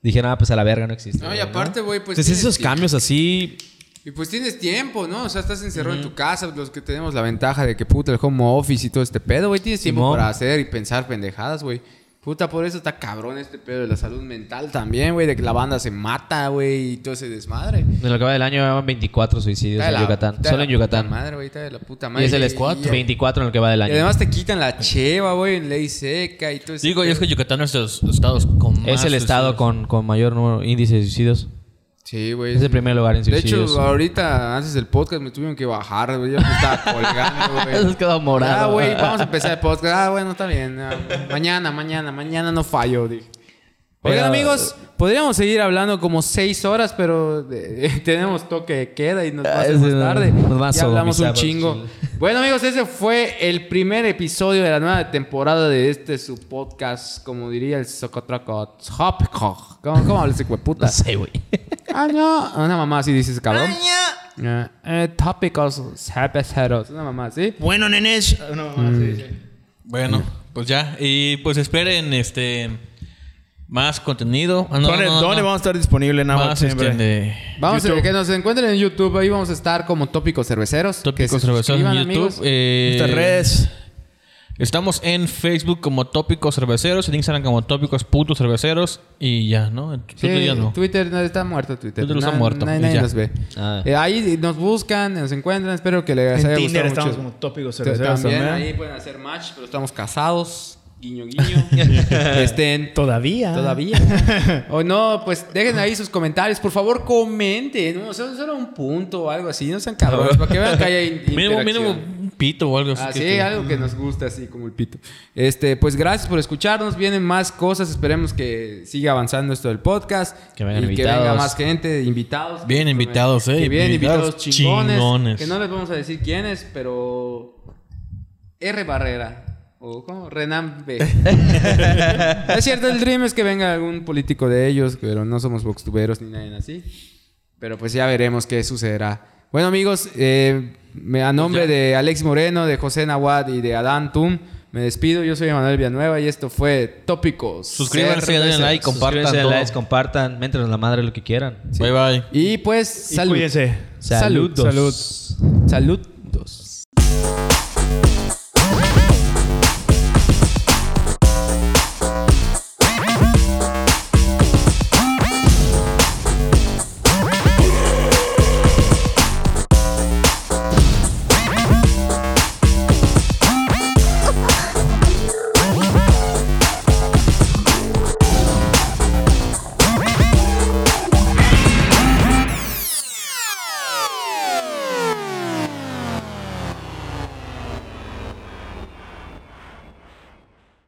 S2: dijeron, ah, pues a la verga no existe.
S1: No, y
S2: güey,
S1: aparte, güey, pues.
S2: Entonces
S1: tienes
S2: esos
S1: que-
S2: cambios así...
S1: Y pues tienes tiempo, ¿no? O sea, estás encerrado en tu casa, los que tenemos la ventaja de que puta el home office y todo este pedo, güey, tienes tiempo
S2: Simón.
S1: para hacer y pensar pendejadas, güey. Puta, por eso está cabrón este pedo de la salud mental también, güey, de que la banda se mata, güey, y todo ese desmadre.
S2: En lo que va del año llevan 24 suicidios
S1: Está de
S2: en
S1: la-
S2: Yucatán.
S1: está de
S2: Solo
S1: la
S2: en
S1: puta
S2: Yucatán.
S1: Madre, güey, está de la puta
S2: y
S1: madre.
S2: es el
S1: squad.
S2: squad. 24 en lo que va del
S1: Y
S2: año.
S1: además te quitan la cheva, güey, en ley seca y todo eso.
S3: Digo, y es que Yucatán es de los estados con más. este,
S2: es el estado con, con mayor número, índice de suicidios.
S1: Sí, güey.
S2: Es el primer lugar en
S1: De hecho, ah,
S2: suicidios.
S1: ahorita antes del podcast me tuvieron que bajar, güey. Yo me estaba colgando, güey.
S2: Has quedado morado.
S1: Ah, güey, vamos a empezar el podcast. Ah, bueno, está bien. Ah, mañana, mañana, mañana no fallo, dije. Oigan,
S2: Pero-
S1: amigos, podríamos seguir hablando como seis horas, pero eh, tenemos toque de queda y nos va a hacer
S2: Ah,
S1: más
S2: sí, no,
S1: tarde.
S2: nos va a
S1: ya hablamos un
S2: sodomizar,
S1: chingo. Bueno, amigos, ese fue el primer episodio de la nueva temporada de este su podcast, como diría el Socotraco Hopcock. ¿Cómo, cómo habla ese hueputa?
S2: No sé, güey.
S1: Ah, no. Una mamá así dices, cabrón. Eh, eh, tópicos, cerveceros. Una mamá así.
S5: Bueno, nenes. Ah, No, mamá, sí, sí.
S3: Bueno, pues ya. Y pues esperen este más contenido. Ah, no,
S5: ¿Dónde,
S3: no, no,
S5: dónde
S3: no.
S5: vamos a estar disponible en Amazon
S3: Más este,
S5: siempre?
S3: de
S1: Vamos a
S5: YouTube.
S1: que nos encuentren en YouTube. Ahí vamos a estar como tópicos cerveceros. Que se
S3: Tópicos Cerveceros en
S1: suscriban,
S3: YouTube.
S1: amigos.
S3: eh,
S5: Nuestras redes.
S3: Estamos en Facebook como Tópicos Cerveceros, en Instagram como Tópicos Puntos Cerveceros y ya, ¿no? En
S1: Sí,
S3: Twitter ya no.
S1: Twitter no está muerto Twitter.
S3: Twitter está
S1: Na-
S3: muerto,
S1: na-
S3: y
S1: Nadie
S3: ya.
S1: nos ve.
S2: Ah.
S1: Eh, ahí nos buscan, nos encuentran. Espero que les
S5: En
S1: haya
S5: Tinder
S1: gustado
S5: estamos
S1: mucho.
S5: como tópicos
S1: T-
S5: cerveceros
S1: también,
S5: también.
S1: ahí pueden hacer match, pero estamos casados. Guiño, guiño. Que Estén
S5: Todavía.
S1: Todavía. o no, pues dejen ahí sus comentarios. Por favor, comenten. ¿no? O sea, solo un punto o algo así. No sean cabrones. Para que vean que hay in-
S3: Mínimo,
S1: interacción.
S3: mínimo un pito o algo así.
S1: Ah,
S3: que
S1: sí,
S3: te-
S1: algo que nos gusta así como el pito. Este, pues gracias por escucharnos. Vienen más cosas. Esperemos que siga avanzando esto del podcast.
S2: Que vengan
S1: y que
S2: invitados.
S1: venga más gente, invitados.
S3: Bien invitados, eh,
S1: Que bien invitados,
S3: invitados
S1: chingones,
S3: chingones.
S1: Que no les vamos a decir quiénes, pero R Barrera. O ¿cómo? Renan B. es cierto, el dream es que venga algún político de ellos, pero no somos boxtuberos ni nadie así. Pero pues ya veremos qué sucederá. Bueno, amigos, eh, me- a nombre de Alex Moreno, de José Nahuat y de Adán Tum, me despido. Yo soy Emanuel Villanueva y esto fue Tópicos.
S3: Suscríbanse, denle like, compartan
S2: Suscríbanse,
S3: todo.
S2: likes, compartan. Méntenos la madre lo que quieran.
S3: Bye bye.
S1: Y pues,
S5: Y
S1: salud.
S5: cuídense.
S1: Salud.
S2: Saludos.
S1: Saludos.